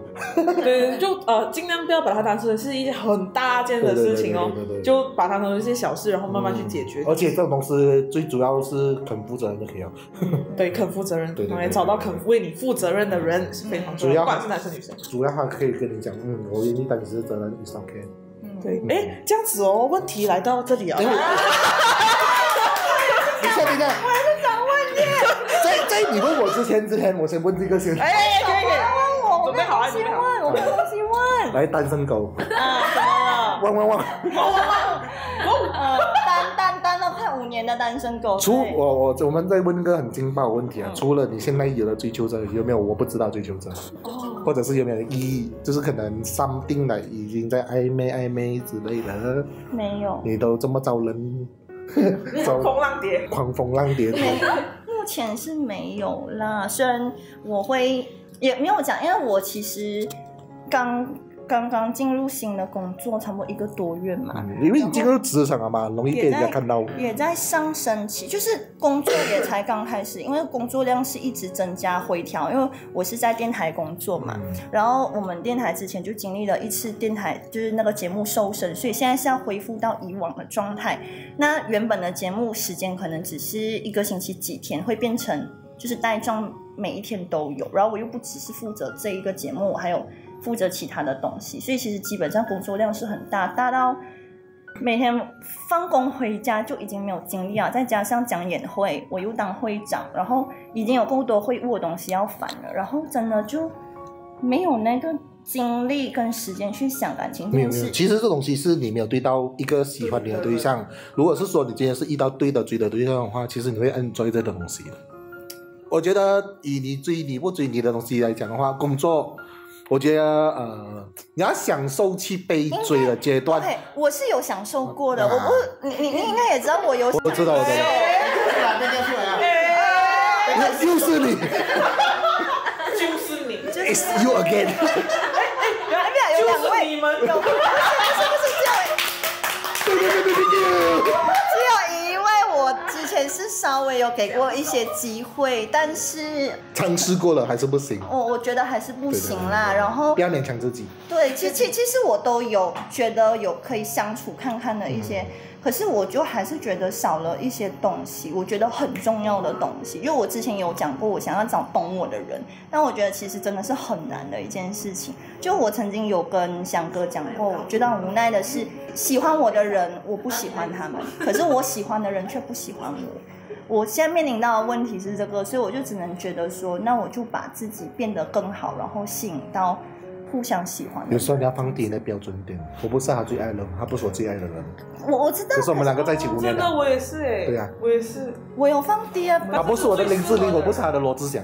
[SPEAKER 7] 对，就呃，尽量不要把它当成是一件很大件的事情哦
[SPEAKER 3] 对对对对对对，对嗯
[SPEAKER 7] 就把它当成一些小事，然后慢慢去解决。
[SPEAKER 3] 而且这种东西最主要是肯负责任就可以了。
[SPEAKER 7] 对，肯负责任，
[SPEAKER 3] 对对对
[SPEAKER 7] 来
[SPEAKER 3] 对
[SPEAKER 7] 找到
[SPEAKER 3] 对对
[SPEAKER 7] 肯为你负责任的人是非常重
[SPEAKER 3] 主要
[SPEAKER 7] 不管是男生女生。
[SPEAKER 3] 主要他可以跟你讲，嗯，我愿意担你是责任，is OK。
[SPEAKER 11] 可以。哎，这样子哦，问题来到这里啊。
[SPEAKER 7] <laughs>
[SPEAKER 3] 你确定的？
[SPEAKER 11] 我还是想问你。
[SPEAKER 3] 在在你问我之前之前，我先问这个先。
[SPEAKER 11] 哎，可以可以，
[SPEAKER 2] 问我，
[SPEAKER 11] 准备好啊，准备好。
[SPEAKER 2] 我没有东西问。
[SPEAKER 3] 来，单身狗，
[SPEAKER 11] 啊，怎么了？
[SPEAKER 3] 汪汪汪！
[SPEAKER 2] 呃单单单了快五年的单身狗，
[SPEAKER 3] 除
[SPEAKER 2] 对
[SPEAKER 3] 我我我们在问一个很劲爆的问题
[SPEAKER 11] 嗯
[SPEAKER 3] 啊，除了你现在有了追求者，有没有我不知道追求者，
[SPEAKER 11] 哦
[SPEAKER 3] 或者是有没有意义，就是可能 something 的已经在暧昧暧昧之类的，
[SPEAKER 2] 没有。
[SPEAKER 3] 你都这么招
[SPEAKER 11] <laughs>
[SPEAKER 3] 人，招
[SPEAKER 11] 狂风浪蝶，
[SPEAKER 3] 狂风浪蝶
[SPEAKER 11] <laughs>
[SPEAKER 3] 的，
[SPEAKER 2] 没目前是没有啦。虽然我会也没有讲，因为我其实刚刚刚进入新的工作，差不多一个多月嘛，
[SPEAKER 3] 嗯因为你进入职场了嘛，容易被人家看到。
[SPEAKER 2] 也在上升期，就是工作也才刚开始，因为工作量是一直增加回调，因为我是在电台工作嘛，
[SPEAKER 3] 嗯
[SPEAKER 11] 嗯
[SPEAKER 2] 然后我们电台之前就经历了一次电台就是那个节目瘦身，所以现在是要恢复到以往的状态。那原本的节目时间可能只是一个星期几天，会变成就是带状每一天都有，然后我又不只是负责这一个节目，我还有负责其他的东西，所以其实基本上工作量是很大，大到。每天放工回家就已经没有精力啊，再加上讲演会，我又当会长，然后已经有够多会务的东西要烦了，然后真的就没有那个精力跟时间去想感情这
[SPEAKER 3] 没有
[SPEAKER 2] 件
[SPEAKER 3] 没有，
[SPEAKER 2] 事。
[SPEAKER 3] 其实这东西是你没有对到一个喜欢你的对象。如果是说你今天是遇到对的追的对象的话，其实你会 enjoy 这个东西的。我觉得以你追你不追你的东西来讲的话，工作，我觉得呃，你要享受去被追的阶段。
[SPEAKER 2] 对，我是有享受过的，
[SPEAKER 3] 啊
[SPEAKER 2] 我不，你你你应该也知道我有享
[SPEAKER 3] 我
[SPEAKER 2] 受。
[SPEAKER 3] 知道我知道又又是你
[SPEAKER 11] 就是你，
[SPEAKER 3] ，It's you again。
[SPEAKER 2] 原来面有两位，
[SPEAKER 11] 你们
[SPEAKER 2] 有不是不是只有
[SPEAKER 3] 对对对对对对。
[SPEAKER 2] <laughs> 只有一位，我之前是稍微有给过一些机会，但是
[SPEAKER 3] 尝试过了还是不行，
[SPEAKER 2] 我我觉得还是不行啦。然后
[SPEAKER 3] 不要勉强自己。
[SPEAKER 2] 对，其其其实我都有觉得有可以相处看看的一些，可是我就还是觉得少了一些东西，我觉得很重要的东西。因为我之前有讲过，我想要找懂我的人，但我觉得其实真的是很难的一件事情。就我曾经有跟翔哥讲过，我觉得很无奈的是，喜欢我的人我不喜欢他们，可是我喜欢的人却不喜欢我。我现在面临到的问题是这个，所以我就只能觉得说，那我就把自己变得更好，然后吸引到互相喜欢的
[SPEAKER 3] 有时候你要放低你的标准点。我不是他最爱的人，他不是我最爱的人。
[SPEAKER 2] 我我知道
[SPEAKER 3] 可，是我们两个 <laughs> 在一起五
[SPEAKER 7] 真
[SPEAKER 3] 年
[SPEAKER 7] 的，
[SPEAKER 3] 了，
[SPEAKER 7] 我也是哎、
[SPEAKER 3] 对啊呀
[SPEAKER 7] 我也是。
[SPEAKER 2] 我有放低啊。
[SPEAKER 3] 他不是我的林志玲，我不是他的罗志祥。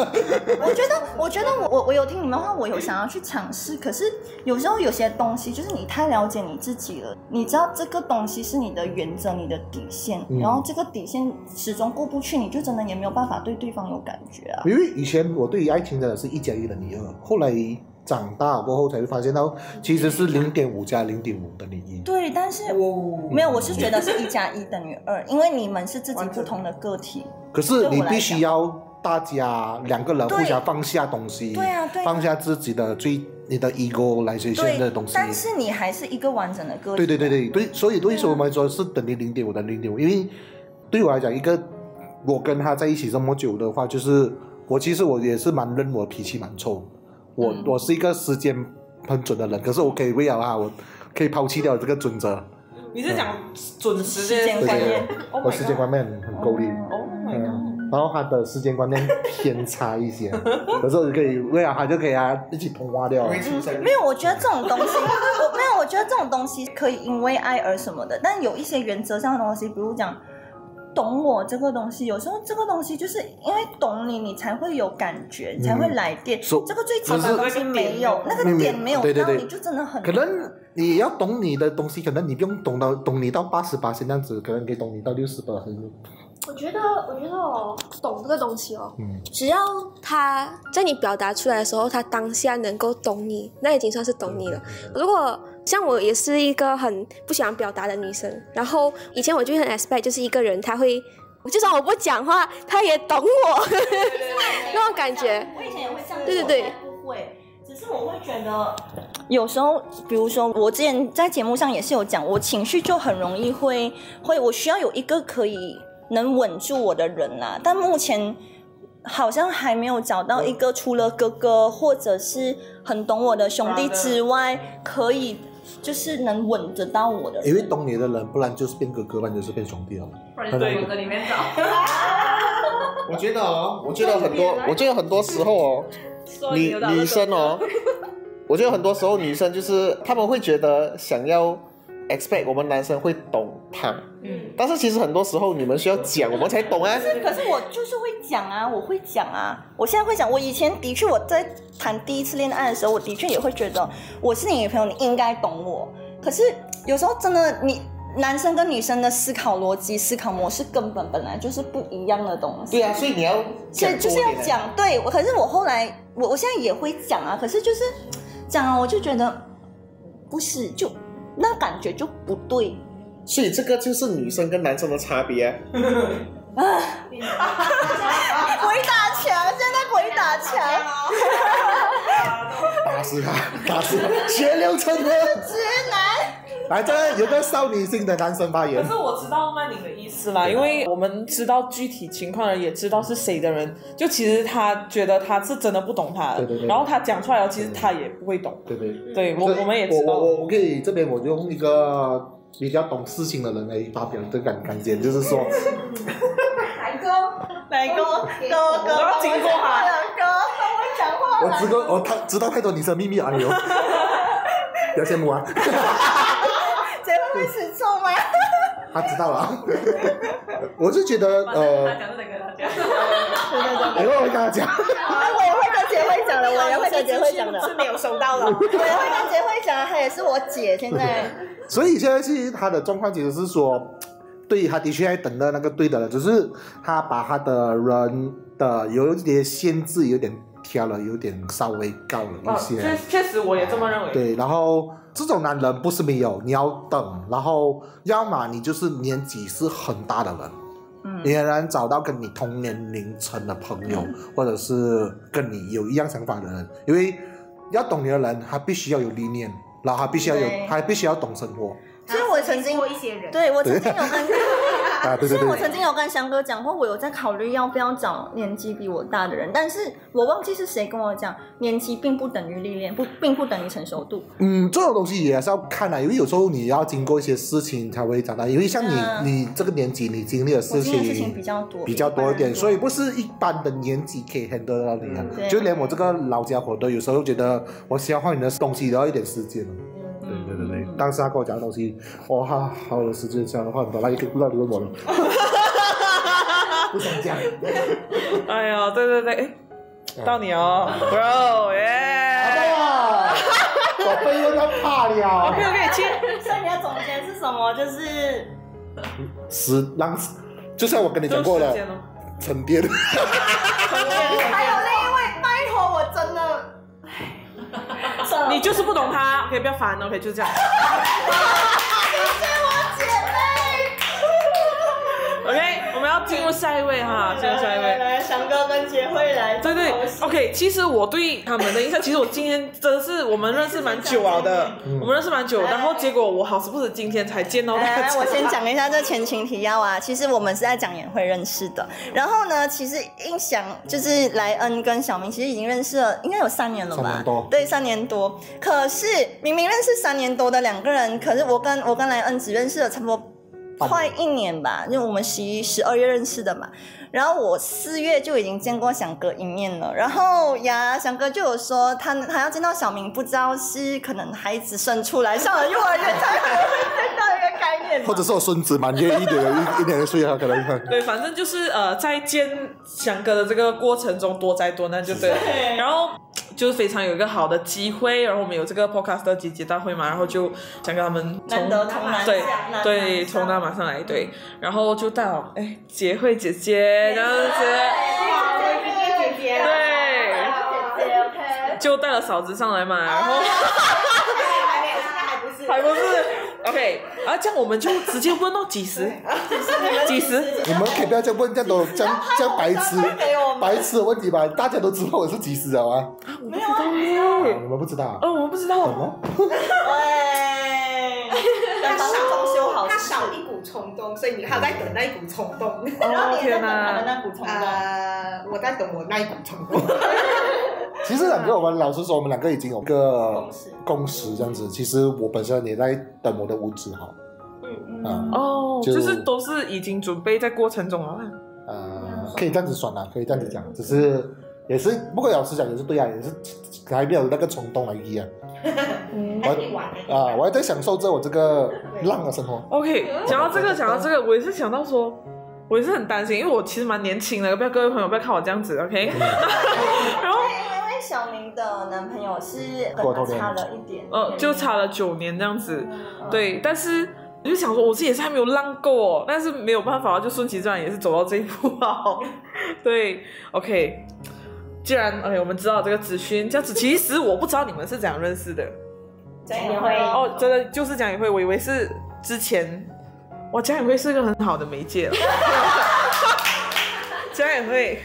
[SPEAKER 2] 我觉得，我觉得我我我有听你们的话，我有想要去尝试。可是有时候有些东西，就是你太了解你自己了，你知道这个东西是你的原则、你的底线，
[SPEAKER 3] 嗯
[SPEAKER 2] 然后这个底线始终过不去，你就真的也没有办法对对方有感觉啊。
[SPEAKER 3] 因为以前我对于爱情真的是一加一等于二，后来长大过后才会发现到，其实是零点五加零点五等于一。
[SPEAKER 2] 对，但
[SPEAKER 7] 哦
[SPEAKER 2] 是没有，我是觉得是一加一等于二，因为你们是自己不同的个体。
[SPEAKER 3] 可是你必须要大家两个人互相放下东西，
[SPEAKER 2] 对啊对啊
[SPEAKER 3] 放下自己的最你的 ego 来学习
[SPEAKER 2] 对
[SPEAKER 3] 的东，西。
[SPEAKER 2] 但是你还是一个完整的个体。
[SPEAKER 3] 对对对对对，所以对于我们来说是等于零点五等于零点五，因为对我来讲，一个我跟他在一起这么久的话，就是我其实我也是蛮认我脾气蛮臭，我、
[SPEAKER 7] 嗯
[SPEAKER 3] 我是一个时间很准的人，可是我可以为了他，我可以抛弃掉这个准
[SPEAKER 7] Oh
[SPEAKER 3] 则，
[SPEAKER 7] 你是
[SPEAKER 3] 嗯
[SPEAKER 7] 讲准时这
[SPEAKER 2] 时
[SPEAKER 7] 件
[SPEAKER 2] 间
[SPEAKER 7] 事
[SPEAKER 2] 观
[SPEAKER 7] 情
[SPEAKER 2] 念？
[SPEAKER 7] Oh my
[SPEAKER 3] 我时间
[SPEAKER 7] god
[SPEAKER 3] 观念很够力。
[SPEAKER 7] Oh my god！
[SPEAKER 3] 嗯，然后他的时间观念偏差
[SPEAKER 7] <laughs>
[SPEAKER 3] 一些，可是我可以为了他就可以啊一起通话掉。
[SPEAKER 2] 嗯，没有，我觉得这种东西，我没有，我觉得这种东西可以因为爱而什么的，但有一些原则上的东西，比如讲懂我这个东西，有时候这个东西就是因为懂你，你才会有感觉，你才会来电。
[SPEAKER 3] So-
[SPEAKER 2] 这个最基本
[SPEAKER 3] 只是
[SPEAKER 2] 的东西没有，那
[SPEAKER 3] 那个点
[SPEAKER 2] 个点没有，
[SPEAKER 3] 对对对
[SPEAKER 2] 那你就真的很
[SPEAKER 3] 可能你要懂你的东西，可能你不用懂到懂你到八十八这样子，可能可以懂你到六十八
[SPEAKER 5] 我觉得，我觉得哦，懂这个东西哦，
[SPEAKER 3] 嗯，
[SPEAKER 5] 只要他在你表达出来的时候，他当下能够懂你，那已经算是懂你了。如果像我也是一个很不喜欢表达的女生，然后以前我就很 expect 就是一个人他会，就算我不讲话，他也懂我那种感觉。
[SPEAKER 2] 我以前也会这样，
[SPEAKER 5] 对对对，
[SPEAKER 2] 不会，只是我会觉得。有时候，比如说我之前在节目上也是有讲，我情绪就很容易会会，我需要有一个可以能稳住我的人啦、但目前好像还没有找到一个除了哥哥或者是很懂我的兄弟之外，可以就是能稳得到我的人。
[SPEAKER 3] 因为懂你的人，不然就是变哥哥，不然就是变兄弟了。
[SPEAKER 6] 不
[SPEAKER 3] 然就对
[SPEAKER 6] 里面找。
[SPEAKER 8] 我觉得哦，我觉得很多，我觉得很多时候哦，女女生哦，
[SPEAKER 3] <laughs>
[SPEAKER 8] 我觉得很多时候女生就是她们会觉得想要 expect 我们男生会懂她，
[SPEAKER 2] 嗯，
[SPEAKER 8] 但是其实很多时候你们需要讲，我们才懂
[SPEAKER 2] 可
[SPEAKER 8] 啊。
[SPEAKER 2] 是可是我就是会讲啊，我会讲啊，我现在会讲。我以前的确我在谈第一次恋爱的时候，我的确也会觉得我是你女朋友，你应该懂我。可是有时候真的你。男生跟女生的思考逻辑、思考模式根本本来就是不一样的东西。
[SPEAKER 8] 对啊，所以你要
[SPEAKER 2] 所以
[SPEAKER 8] 讲
[SPEAKER 2] 就是
[SPEAKER 8] 多
[SPEAKER 2] 要
[SPEAKER 8] 一点啊
[SPEAKER 2] 讲，对我。可是我后来，我我现在也会讲啊，可是就是讲啊，我就觉得不是，就那感觉就不对。
[SPEAKER 8] 所以这个就是女生跟男生的差别啊。
[SPEAKER 2] 鬼打墙，
[SPEAKER 1] 啊
[SPEAKER 2] 现在鬼打墙，
[SPEAKER 3] 打死
[SPEAKER 8] <laughs>
[SPEAKER 3] 他，打死他，血流成河。
[SPEAKER 2] 直男。
[SPEAKER 3] 来，这个有个少女心的男生发言
[SPEAKER 7] 可是。我知道曼宁的意思啦，因为我们知道具体情况的人，也知道是谁的人，就其实他觉得他是真的不懂他的，
[SPEAKER 3] 对对对
[SPEAKER 7] 然后他讲出来了，其实他也不会懂。
[SPEAKER 3] 对对
[SPEAKER 7] 对我
[SPEAKER 3] 所以
[SPEAKER 7] 我们也
[SPEAKER 3] 我
[SPEAKER 7] 知道
[SPEAKER 3] 我我我可以这边我就用一个比较懂事情的人来发表这个感感言，就是说，
[SPEAKER 2] 来哥，来哥，哥哥，
[SPEAKER 11] 我要经过他
[SPEAKER 2] 来哥，帮我讲话。
[SPEAKER 3] 我知道我太知道太多女生秘密，哎呦，
[SPEAKER 7] <laughs>
[SPEAKER 3] 不要羡慕啊，
[SPEAKER 2] 谁会被吃醋 <laughs> 吗？
[SPEAKER 3] 他知道了
[SPEAKER 7] <laughs>
[SPEAKER 3] 啊。我是觉得呃， <laughs> 你会跟他讲，
[SPEAKER 2] 啊我也会跟杰辉讲 <laughs> 的，我也会跟杰辉讲的，
[SPEAKER 10] 是没有收到
[SPEAKER 2] <laughs>
[SPEAKER 10] 了。
[SPEAKER 2] 我也会跟杰辉讲的，她也是我姐，现在。
[SPEAKER 3] 所以现在其实他的状况其实是说，对他的确还等到那个对的人，只是他把他的人的有一点限制，有点挑了，有点稍微高了
[SPEAKER 7] 啊，
[SPEAKER 3] 一些。
[SPEAKER 7] 确确实我也这么认为。
[SPEAKER 3] 对，然后这种男人不是没有，你要等，然后要么你就是年纪是很大的人，
[SPEAKER 7] 嗯
[SPEAKER 3] 你很难找到跟你同年龄层的朋友，或者是跟你有一样想法的人，因为要懂你的人，他必须要有理念，然后他必须要有
[SPEAKER 2] 对，
[SPEAKER 3] 他必须要懂生活。
[SPEAKER 2] <laughs> 所以我曾经
[SPEAKER 10] 过一些人，
[SPEAKER 2] 对我曾经有 <laughs> 跟，
[SPEAKER 3] 啊对对对
[SPEAKER 2] 所以我曾经有跟翔哥讲过，我有在考虑要不要找年纪比我大的人，但是我忘记是谁跟我讲，年纪并不等于历练，不并不等于成熟度。
[SPEAKER 3] 嗯，这种东西也是要看的，因为有时候你要经过一些事情才会长大。因为像你，
[SPEAKER 2] 嗯
[SPEAKER 3] 你这个年纪，你经历的
[SPEAKER 2] 我
[SPEAKER 3] 事
[SPEAKER 2] 经历
[SPEAKER 3] 情
[SPEAKER 2] 的事情比较多
[SPEAKER 3] 比较多一
[SPEAKER 2] 比一般人
[SPEAKER 3] 点，
[SPEAKER 2] 多
[SPEAKER 3] 所以不是一般的年纪可以 handle 到你的。啊
[SPEAKER 2] 嗯对
[SPEAKER 3] 就连我这个老家伙都有时候觉得我消化你的东西都要一点时间了。
[SPEAKER 2] 嗯
[SPEAKER 3] 对对对对，当时他跟我讲的东西，哇、他好有时间讲的话很多，那也不知道你问我了。不想讲。
[SPEAKER 7] 哎呀，对对对，
[SPEAKER 3] 啊
[SPEAKER 7] 哎到你哦，bro，耶！
[SPEAKER 3] 我被问到怕啊了。
[SPEAKER 7] OK OK，亲。
[SPEAKER 2] 所以你的总结是什么？就是
[SPEAKER 3] 时让，就像我跟你讲
[SPEAKER 2] <laughs>
[SPEAKER 3] 过
[SPEAKER 7] 就
[SPEAKER 3] 的
[SPEAKER 7] 时间咯，
[SPEAKER 3] 沉淀。 <laughs>
[SPEAKER 2] 还有那一位，拜托我真 <laughs> 的，唉算了，
[SPEAKER 7] 你就是不懂他，OK，不要烦，OK，就这样。
[SPEAKER 2] 谢谢我
[SPEAKER 7] OK，我们要进入下一位哈，
[SPEAKER 2] 姐
[SPEAKER 7] 进
[SPEAKER 2] 妹。
[SPEAKER 7] 入下一
[SPEAKER 2] 来
[SPEAKER 7] 位。
[SPEAKER 2] 来，翔哥跟杰慧来，
[SPEAKER 7] 对对，OK，其实我对他们的印象，其实我今天真的是我们认识蛮久了的，我们认识蛮久，然后结果我好死不死今天才见到
[SPEAKER 2] 来
[SPEAKER 7] 他。
[SPEAKER 2] 哎来，我先讲一下这前情提要啊。其实我们是在讲演会认识的，然后呢，其实印象就是莱恩跟小明其实已经认识了，应该有三年了吧？
[SPEAKER 3] 三年多
[SPEAKER 2] 对，三年多。可是明明认识三年多的两个人，可是我跟我跟莱恩只认识了差不多快一年吧，因为我们十一、十二月认识的嘛。然后我四月就已经见过翔哥一面了，然后呀，翔哥就有说他他要见到小明，不知道是可能孩子生出来上了幼儿园才可能会见到一个概念嘛，
[SPEAKER 3] 或者是我孙子满月一点一一点岁，他可能会
[SPEAKER 7] <laughs> 对，反正就是呃，在见翔哥的这个过程中多灾多难就对了。然后就是非常有一个好的机会，然后我们有这个 podcast 的集结大会嘛，然后就想跟他们从
[SPEAKER 2] 难得从南
[SPEAKER 7] 对
[SPEAKER 2] 下南
[SPEAKER 7] 对从南马上来对，然后就到哎杰慧姐姐，然后姐
[SPEAKER 10] 姐
[SPEAKER 2] <laughs>
[SPEAKER 10] 姐
[SPEAKER 7] 对
[SPEAKER 10] 姐，OK。
[SPEAKER 7] 就带了嫂子上来嘛，然后。
[SPEAKER 10] 还没有，现在还不是，
[SPEAKER 7] 还不是 OK 啊？这样我们就直接问到几十，啊几十，
[SPEAKER 3] 你们可以不要再问这样多这样这样白痴
[SPEAKER 2] 给我们
[SPEAKER 3] 白痴的问题吧，大家都知道我是几十了啊，
[SPEAKER 7] 没有啊？
[SPEAKER 3] 你们不知道啊？
[SPEAKER 7] 哦，我们不知道
[SPEAKER 3] 什么？
[SPEAKER 2] 喂，等到他装修好
[SPEAKER 10] 他
[SPEAKER 2] 是
[SPEAKER 10] 少一股冲动，所以你他在等那一股冲动。
[SPEAKER 2] 然后
[SPEAKER 7] 哦
[SPEAKER 2] 你也在
[SPEAKER 7] 天
[SPEAKER 2] 等他
[SPEAKER 7] 哪！
[SPEAKER 2] 的那股冲动，
[SPEAKER 10] 呃，我在等我那一股冲动。
[SPEAKER 3] 其实两个，我们老实说，我们两个已经有个共识，这样子。其实我本身也在等我的五指好，嗯啊，
[SPEAKER 7] 哦，
[SPEAKER 3] 就
[SPEAKER 7] 就是都是已经准备在过程中了啦。
[SPEAKER 3] 呃，可以这样子算啦，可以这样子讲，只是也是，不过老实讲也是对啊，也是还没有那个冲动来一样。
[SPEAKER 9] 还可以玩
[SPEAKER 3] 我啊，我还在享受着我这个浪的生活。
[SPEAKER 7] OK，讲到这个，讲到这个，我也是想到说，我也是很担心，因为我其实蛮年轻的，不要各位朋友不要看我这样子，OK？然后
[SPEAKER 2] 因为小明的男朋友是
[SPEAKER 7] 过
[SPEAKER 2] 跟
[SPEAKER 7] 头
[SPEAKER 2] 他
[SPEAKER 7] 的
[SPEAKER 2] 差了一点，
[SPEAKER 7] 呃，就差了九年这样子，对，但是。我就想说，我自己也是还没有浪够哦，但是没有办法，就顺其自然，也是走到这一步啊。 <laughs> 对，OK，既然哎，我们知道这个资讯，这样子其实我不知道你们是怎样认识的。
[SPEAKER 9] 讲也会
[SPEAKER 7] 哦，真的就是讲也会，我以为是之前，哇，讲也会是一个很好的媒介了。 <laughs> 讲也会，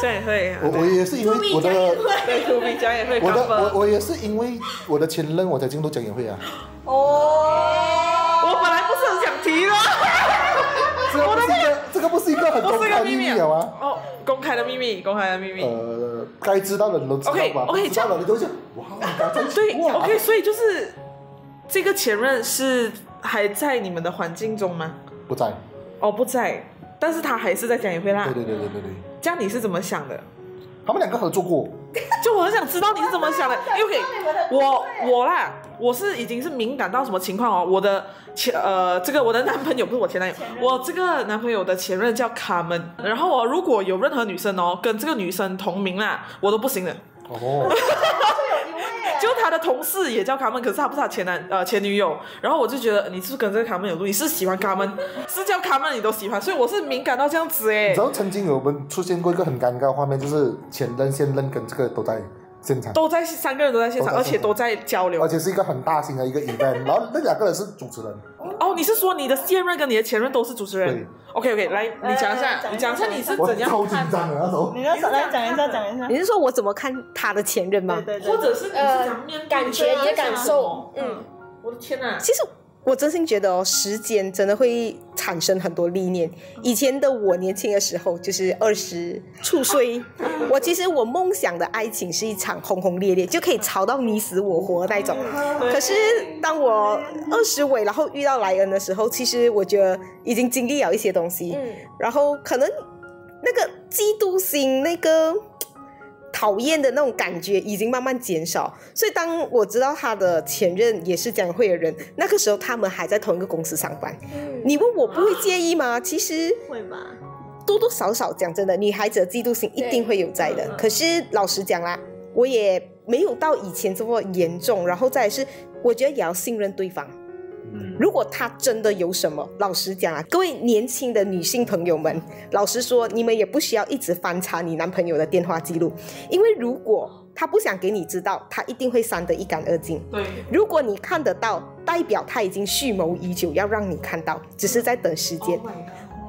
[SPEAKER 7] 讲也会，
[SPEAKER 3] 我我也是因为我的
[SPEAKER 7] 啊对 to B 讲也会，
[SPEAKER 3] 我 <laughs> 的
[SPEAKER 7] cover
[SPEAKER 3] 我我也是因为我的前任我才进入讲演会啊。
[SPEAKER 7] 我本来不是很想提的。
[SPEAKER 3] 这个不是一个，这个不是一个很公
[SPEAKER 7] 不是一个
[SPEAKER 3] 开
[SPEAKER 7] 秘
[SPEAKER 3] 秘
[SPEAKER 7] 密
[SPEAKER 3] 密
[SPEAKER 7] 啊
[SPEAKER 3] 了吗？
[SPEAKER 7] 哦，公开的秘密，公开的秘密。
[SPEAKER 3] 呃，该知道的人都知道吧
[SPEAKER 7] OK，OK，
[SPEAKER 3] 不知道的人都讲哇，
[SPEAKER 7] 对，OK，所
[SPEAKER 3] 啊
[SPEAKER 7] 以就是这个前任是还在你们的环境中吗？
[SPEAKER 3] 不在。
[SPEAKER 7] 哦，不在，但是他还是在讲也会啦
[SPEAKER 3] 对。对对对对对，
[SPEAKER 7] 这样你是怎么想的？
[SPEAKER 3] 他们两个合作过。
[SPEAKER 7] 就我很想知道你是怎么想的，因为我我啦，我是已经是敏感到什么情况哦。我的前呃，这个我的男朋友不是我前男友，我这个男朋友的前任叫卡门。然后哦，如果有任何女生哦跟这个女生同名啦，我都不行的。
[SPEAKER 3] 哦，
[SPEAKER 7] 就他的同事也叫卡门，可是他不是他前男呃前女友。然后我就觉得你是不是跟这个卡门有路？你是喜欢卡门，是叫卡门你都喜欢，所以我是敏感到这样子哎
[SPEAKER 3] 你知，道曾经我们出现过一个很尴尬的画面，就是前任、现任跟这个都在现场，
[SPEAKER 7] 都在三个人都在现场，
[SPEAKER 3] 都
[SPEAKER 7] 而
[SPEAKER 3] 在现
[SPEAKER 7] 且都在交流
[SPEAKER 3] 而。且是一个很大型的一个 event，然后那两个人是主持人。
[SPEAKER 7] 哦，你是说你的现任跟你的前任都是主持人？OK OK，来你讲一下，你讲一下你是
[SPEAKER 3] 我
[SPEAKER 7] 怎样
[SPEAKER 3] 超紧张的那时候， <laughs>
[SPEAKER 2] 你要来讲一下，讲一下。
[SPEAKER 10] 你是说我怎么看他的前任吗？
[SPEAKER 2] 对
[SPEAKER 7] 对或者是你是
[SPEAKER 10] 呃
[SPEAKER 7] 讲面对
[SPEAKER 10] 感觉
[SPEAKER 7] 你在
[SPEAKER 10] 你
[SPEAKER 7] 想
[SPEAKER 10] 的感
[SPEAKER 7] 什
[SPEAKER 10] 受
[SPEAKER 7] 么，
[SPEAKER 10] 嗯，
[SPEAKER 7] 我的天哪！
[SPEAKER 10] 其实我真心觉得哦，时间真的会产生很多历练。以前的我年轻的时候，就是二十出岁，我其实我梦想的爱情是一场轰轰烈烈，就可以吵到你死我活那种。可是当我二十尾，然后遇到莱恩的时候，其实我觉得已经经历了一些东西，
[SPEAKER 5] 嗯
[SPEAKER 10] 然后可能那个嫉妒心那个。讨厌的那种感觉已经慢慢减少，所以当我知道他的前任也是讲会的人，那个时候他们还在同一个公司上班。你问我不会介意吗？其实
[SPEAKER 2] 会吧，
[SPEAKER 10] 多多少少讲真的，女孩子的嫉妒心一定会有在的。可是老实讲啦，我也没有到以前这么严重。然后再来是，我觉得也要信任对方。如果他真的有什么，老实讲啊，各位年轻的女性朋友们，老实说，你们也不需要一直翻查你男朋友的电话记录，因为如果他不想给你知道，他一定会删得一干二净。
[SPEAKER 7] 对，
[SPEAKER 10] 如果你看得到，代表他已经蓄谋已久，要让你看到，只是在等时间。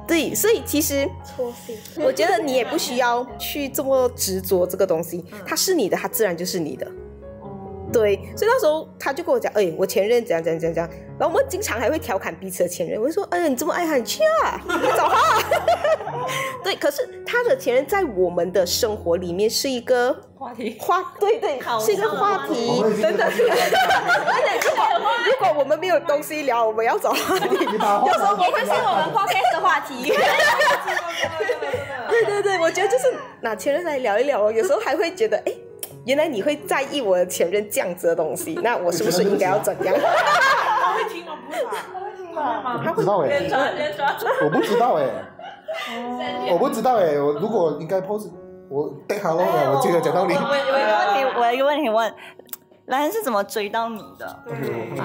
[SPEAKER 10] 对，所以其实
[SPEAKER 5] 错信
[SPEAKER 10] 我觉得你也不需要去这么执着这个东西，
[SPEAKER 6] 嗯
[SPEAKER 10] 它是你的，它自然就是你的。
[SPEAKER 6] 哦
[SPEAKER 10] 对，所以那时候他就跟我讲，哎、我前任怎样怎样怎样怎样，然后我们经常还会调侃彼此的前任，我就说，哎呀，你这么爱他，你去
[SPEAKER 6] <laughs>
[SPEAKER 10] 啊，你找他。 <laughs> 对，可是他的前任在我们的生活里面是一个
[SPEAKER 6] 话题，
[SPEAKER 10] 话对对
[SPEAKER 6] 好，啊
[SPEAKER 10] 是一个话
[SPEAKER 6] 我
[SPEAKER 10] 题
[SPEAKER 6] 们已，经
[SPEAKER 10] 真的是。 <laughs> 而且如果如果我们没有东西聊，我们要找话题，有时候我会
[SPEAKER 9] 是我们 podcast 的话题。
[SPEAKER 10] <laughs> 对对对，我觉得就是拿前任来聊一聊哦，有时候还会觉得，哎，原来你会在意我的前任这样子的东西，那我是不是应该要怎
[SPEAKER 7] <laughs>
[SPEAKER 10] 样？
[SPEAKER 7] 他会听吗？不会吧？
[SPEAKER 3] 我不知道哎、我不知道哎、
[SPEAKER 7] 哦
[SPEAKER 3] 我不知道哎、我如果应该 pose，我带哈喽
[SPEAKER 7] 哎
[SPEAKER 3] 了，我记得讲道理。
[SPEAKER 2] 我有一个问题，我有一个问题问，莱恩是怎么追到你的？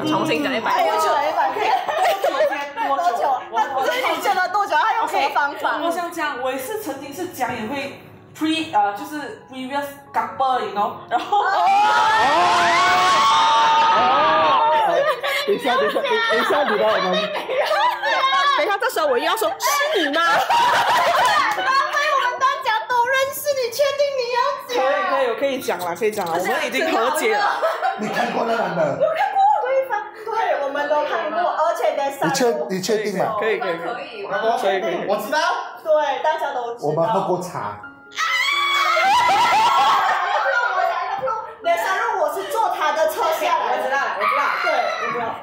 [SPEAKER 6] 重新讲一百遍
[SPEAKER 2] 哎呦讲一百遍。多久？我你见了多久？他用什么方法？
[SPEAKER 7] 我想讲，我也是曾经是讲也会 pre 呃，就是 previous couple，你 know，然后。
[SPEAKER 3] 等一下，等一下，等一下，你的我们
[SPEAKER 10] 等一下，到时候我又要说是你吗？
[SPEAKER 9] 我们大家都认识，你确
[SPEAKER 7] 可
[SPEAKER 9] 定你要
[SPEAKER 7] 以可以，我可以讲了，可以讲了，我们已经和解了。
[SPEAKER 3] 你看过那男的？
[SPEAKER 2] 对方，对，我们都看过，而且得
[SPEAKER 3] 你
[SPEAKER 2] 上。
[SPEAKER 3] 确你确定吗？
[SPEAKER 7] 可以可以
[SPEAKER 2] 可以 <laughs>
[SPEAKER 7] 可以可以
[SPEAKER 3] 我知道。
[SPEAKER 2] 对，大家都知道。
[SPEAKER 3] 我们喝过茶。
[SPEAKER 2] 我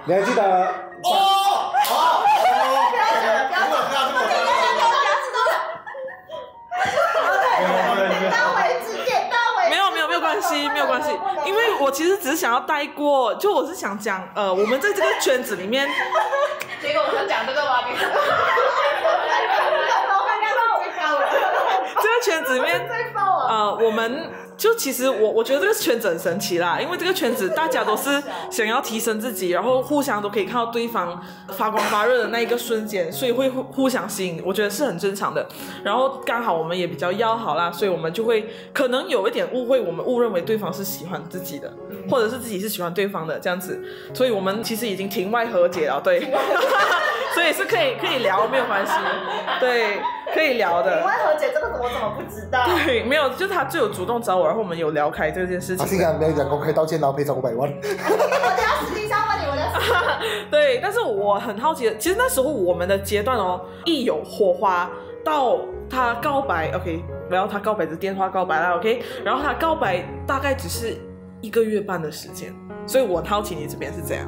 [SPEAKER 3] 你还记得？
[SPEAKER 11] 哦哦哦！不要讲了，不要讲了，不要讲
[SPEAKER 7] 对
[SPEAKER 11] 到为止，点到为止。
[SPEAKER 7] 没有没有没有关系，没有关系，因为我其实只是想要带过，就我是想讲，呃，我们在这个圈子里面，
[SPEAKER 9] 结果我们讲这个
[SPEAKER 2] <laughs>
[SPEAKER 9] 吧，你。
[SPEAKER 7] <laughs> 这个圈子里面，呃，我们就其实我我觉得这个圈子很神奇啦，因为这个圈子大家都是想要提升自己，然后互相都可以看到对方发光发热的那一个瞬间，所以会互互相吸引，我觉得是很正常的。然后刚好我们也比较要好啦，所以我们就会可能有一点误会，我们误认为对方是喜欢自己的，或者是自己是喜欢对方的这样子，所以我们其实已经庭外和解了，对，所以是可以可以聊，没有关系，对，可以聊的。
[SPEAKER 2] 你问何姐这个我怎么不知道？
[SPEAKER 7] <laughs> 对，没有，就他最有主动找我，然后我们有聊开这件事
[SPEAKER 3] 啊，
[SPEAKER 7] 情
[SPEAKER 3] 竟。然没有讲公开道歉，然后赔偿五百万。
[SPEAKER 2] 我等下私底下问你我的事。
[SPEAKER 7] 对，但是我很好奇的，其实那时候我们的阶段哦，一有火花到他告白，OK，然后他告白的电话告白啦，OK，然后他告白大概只是一个月半的时间，所以我很好奇你这边是怎样。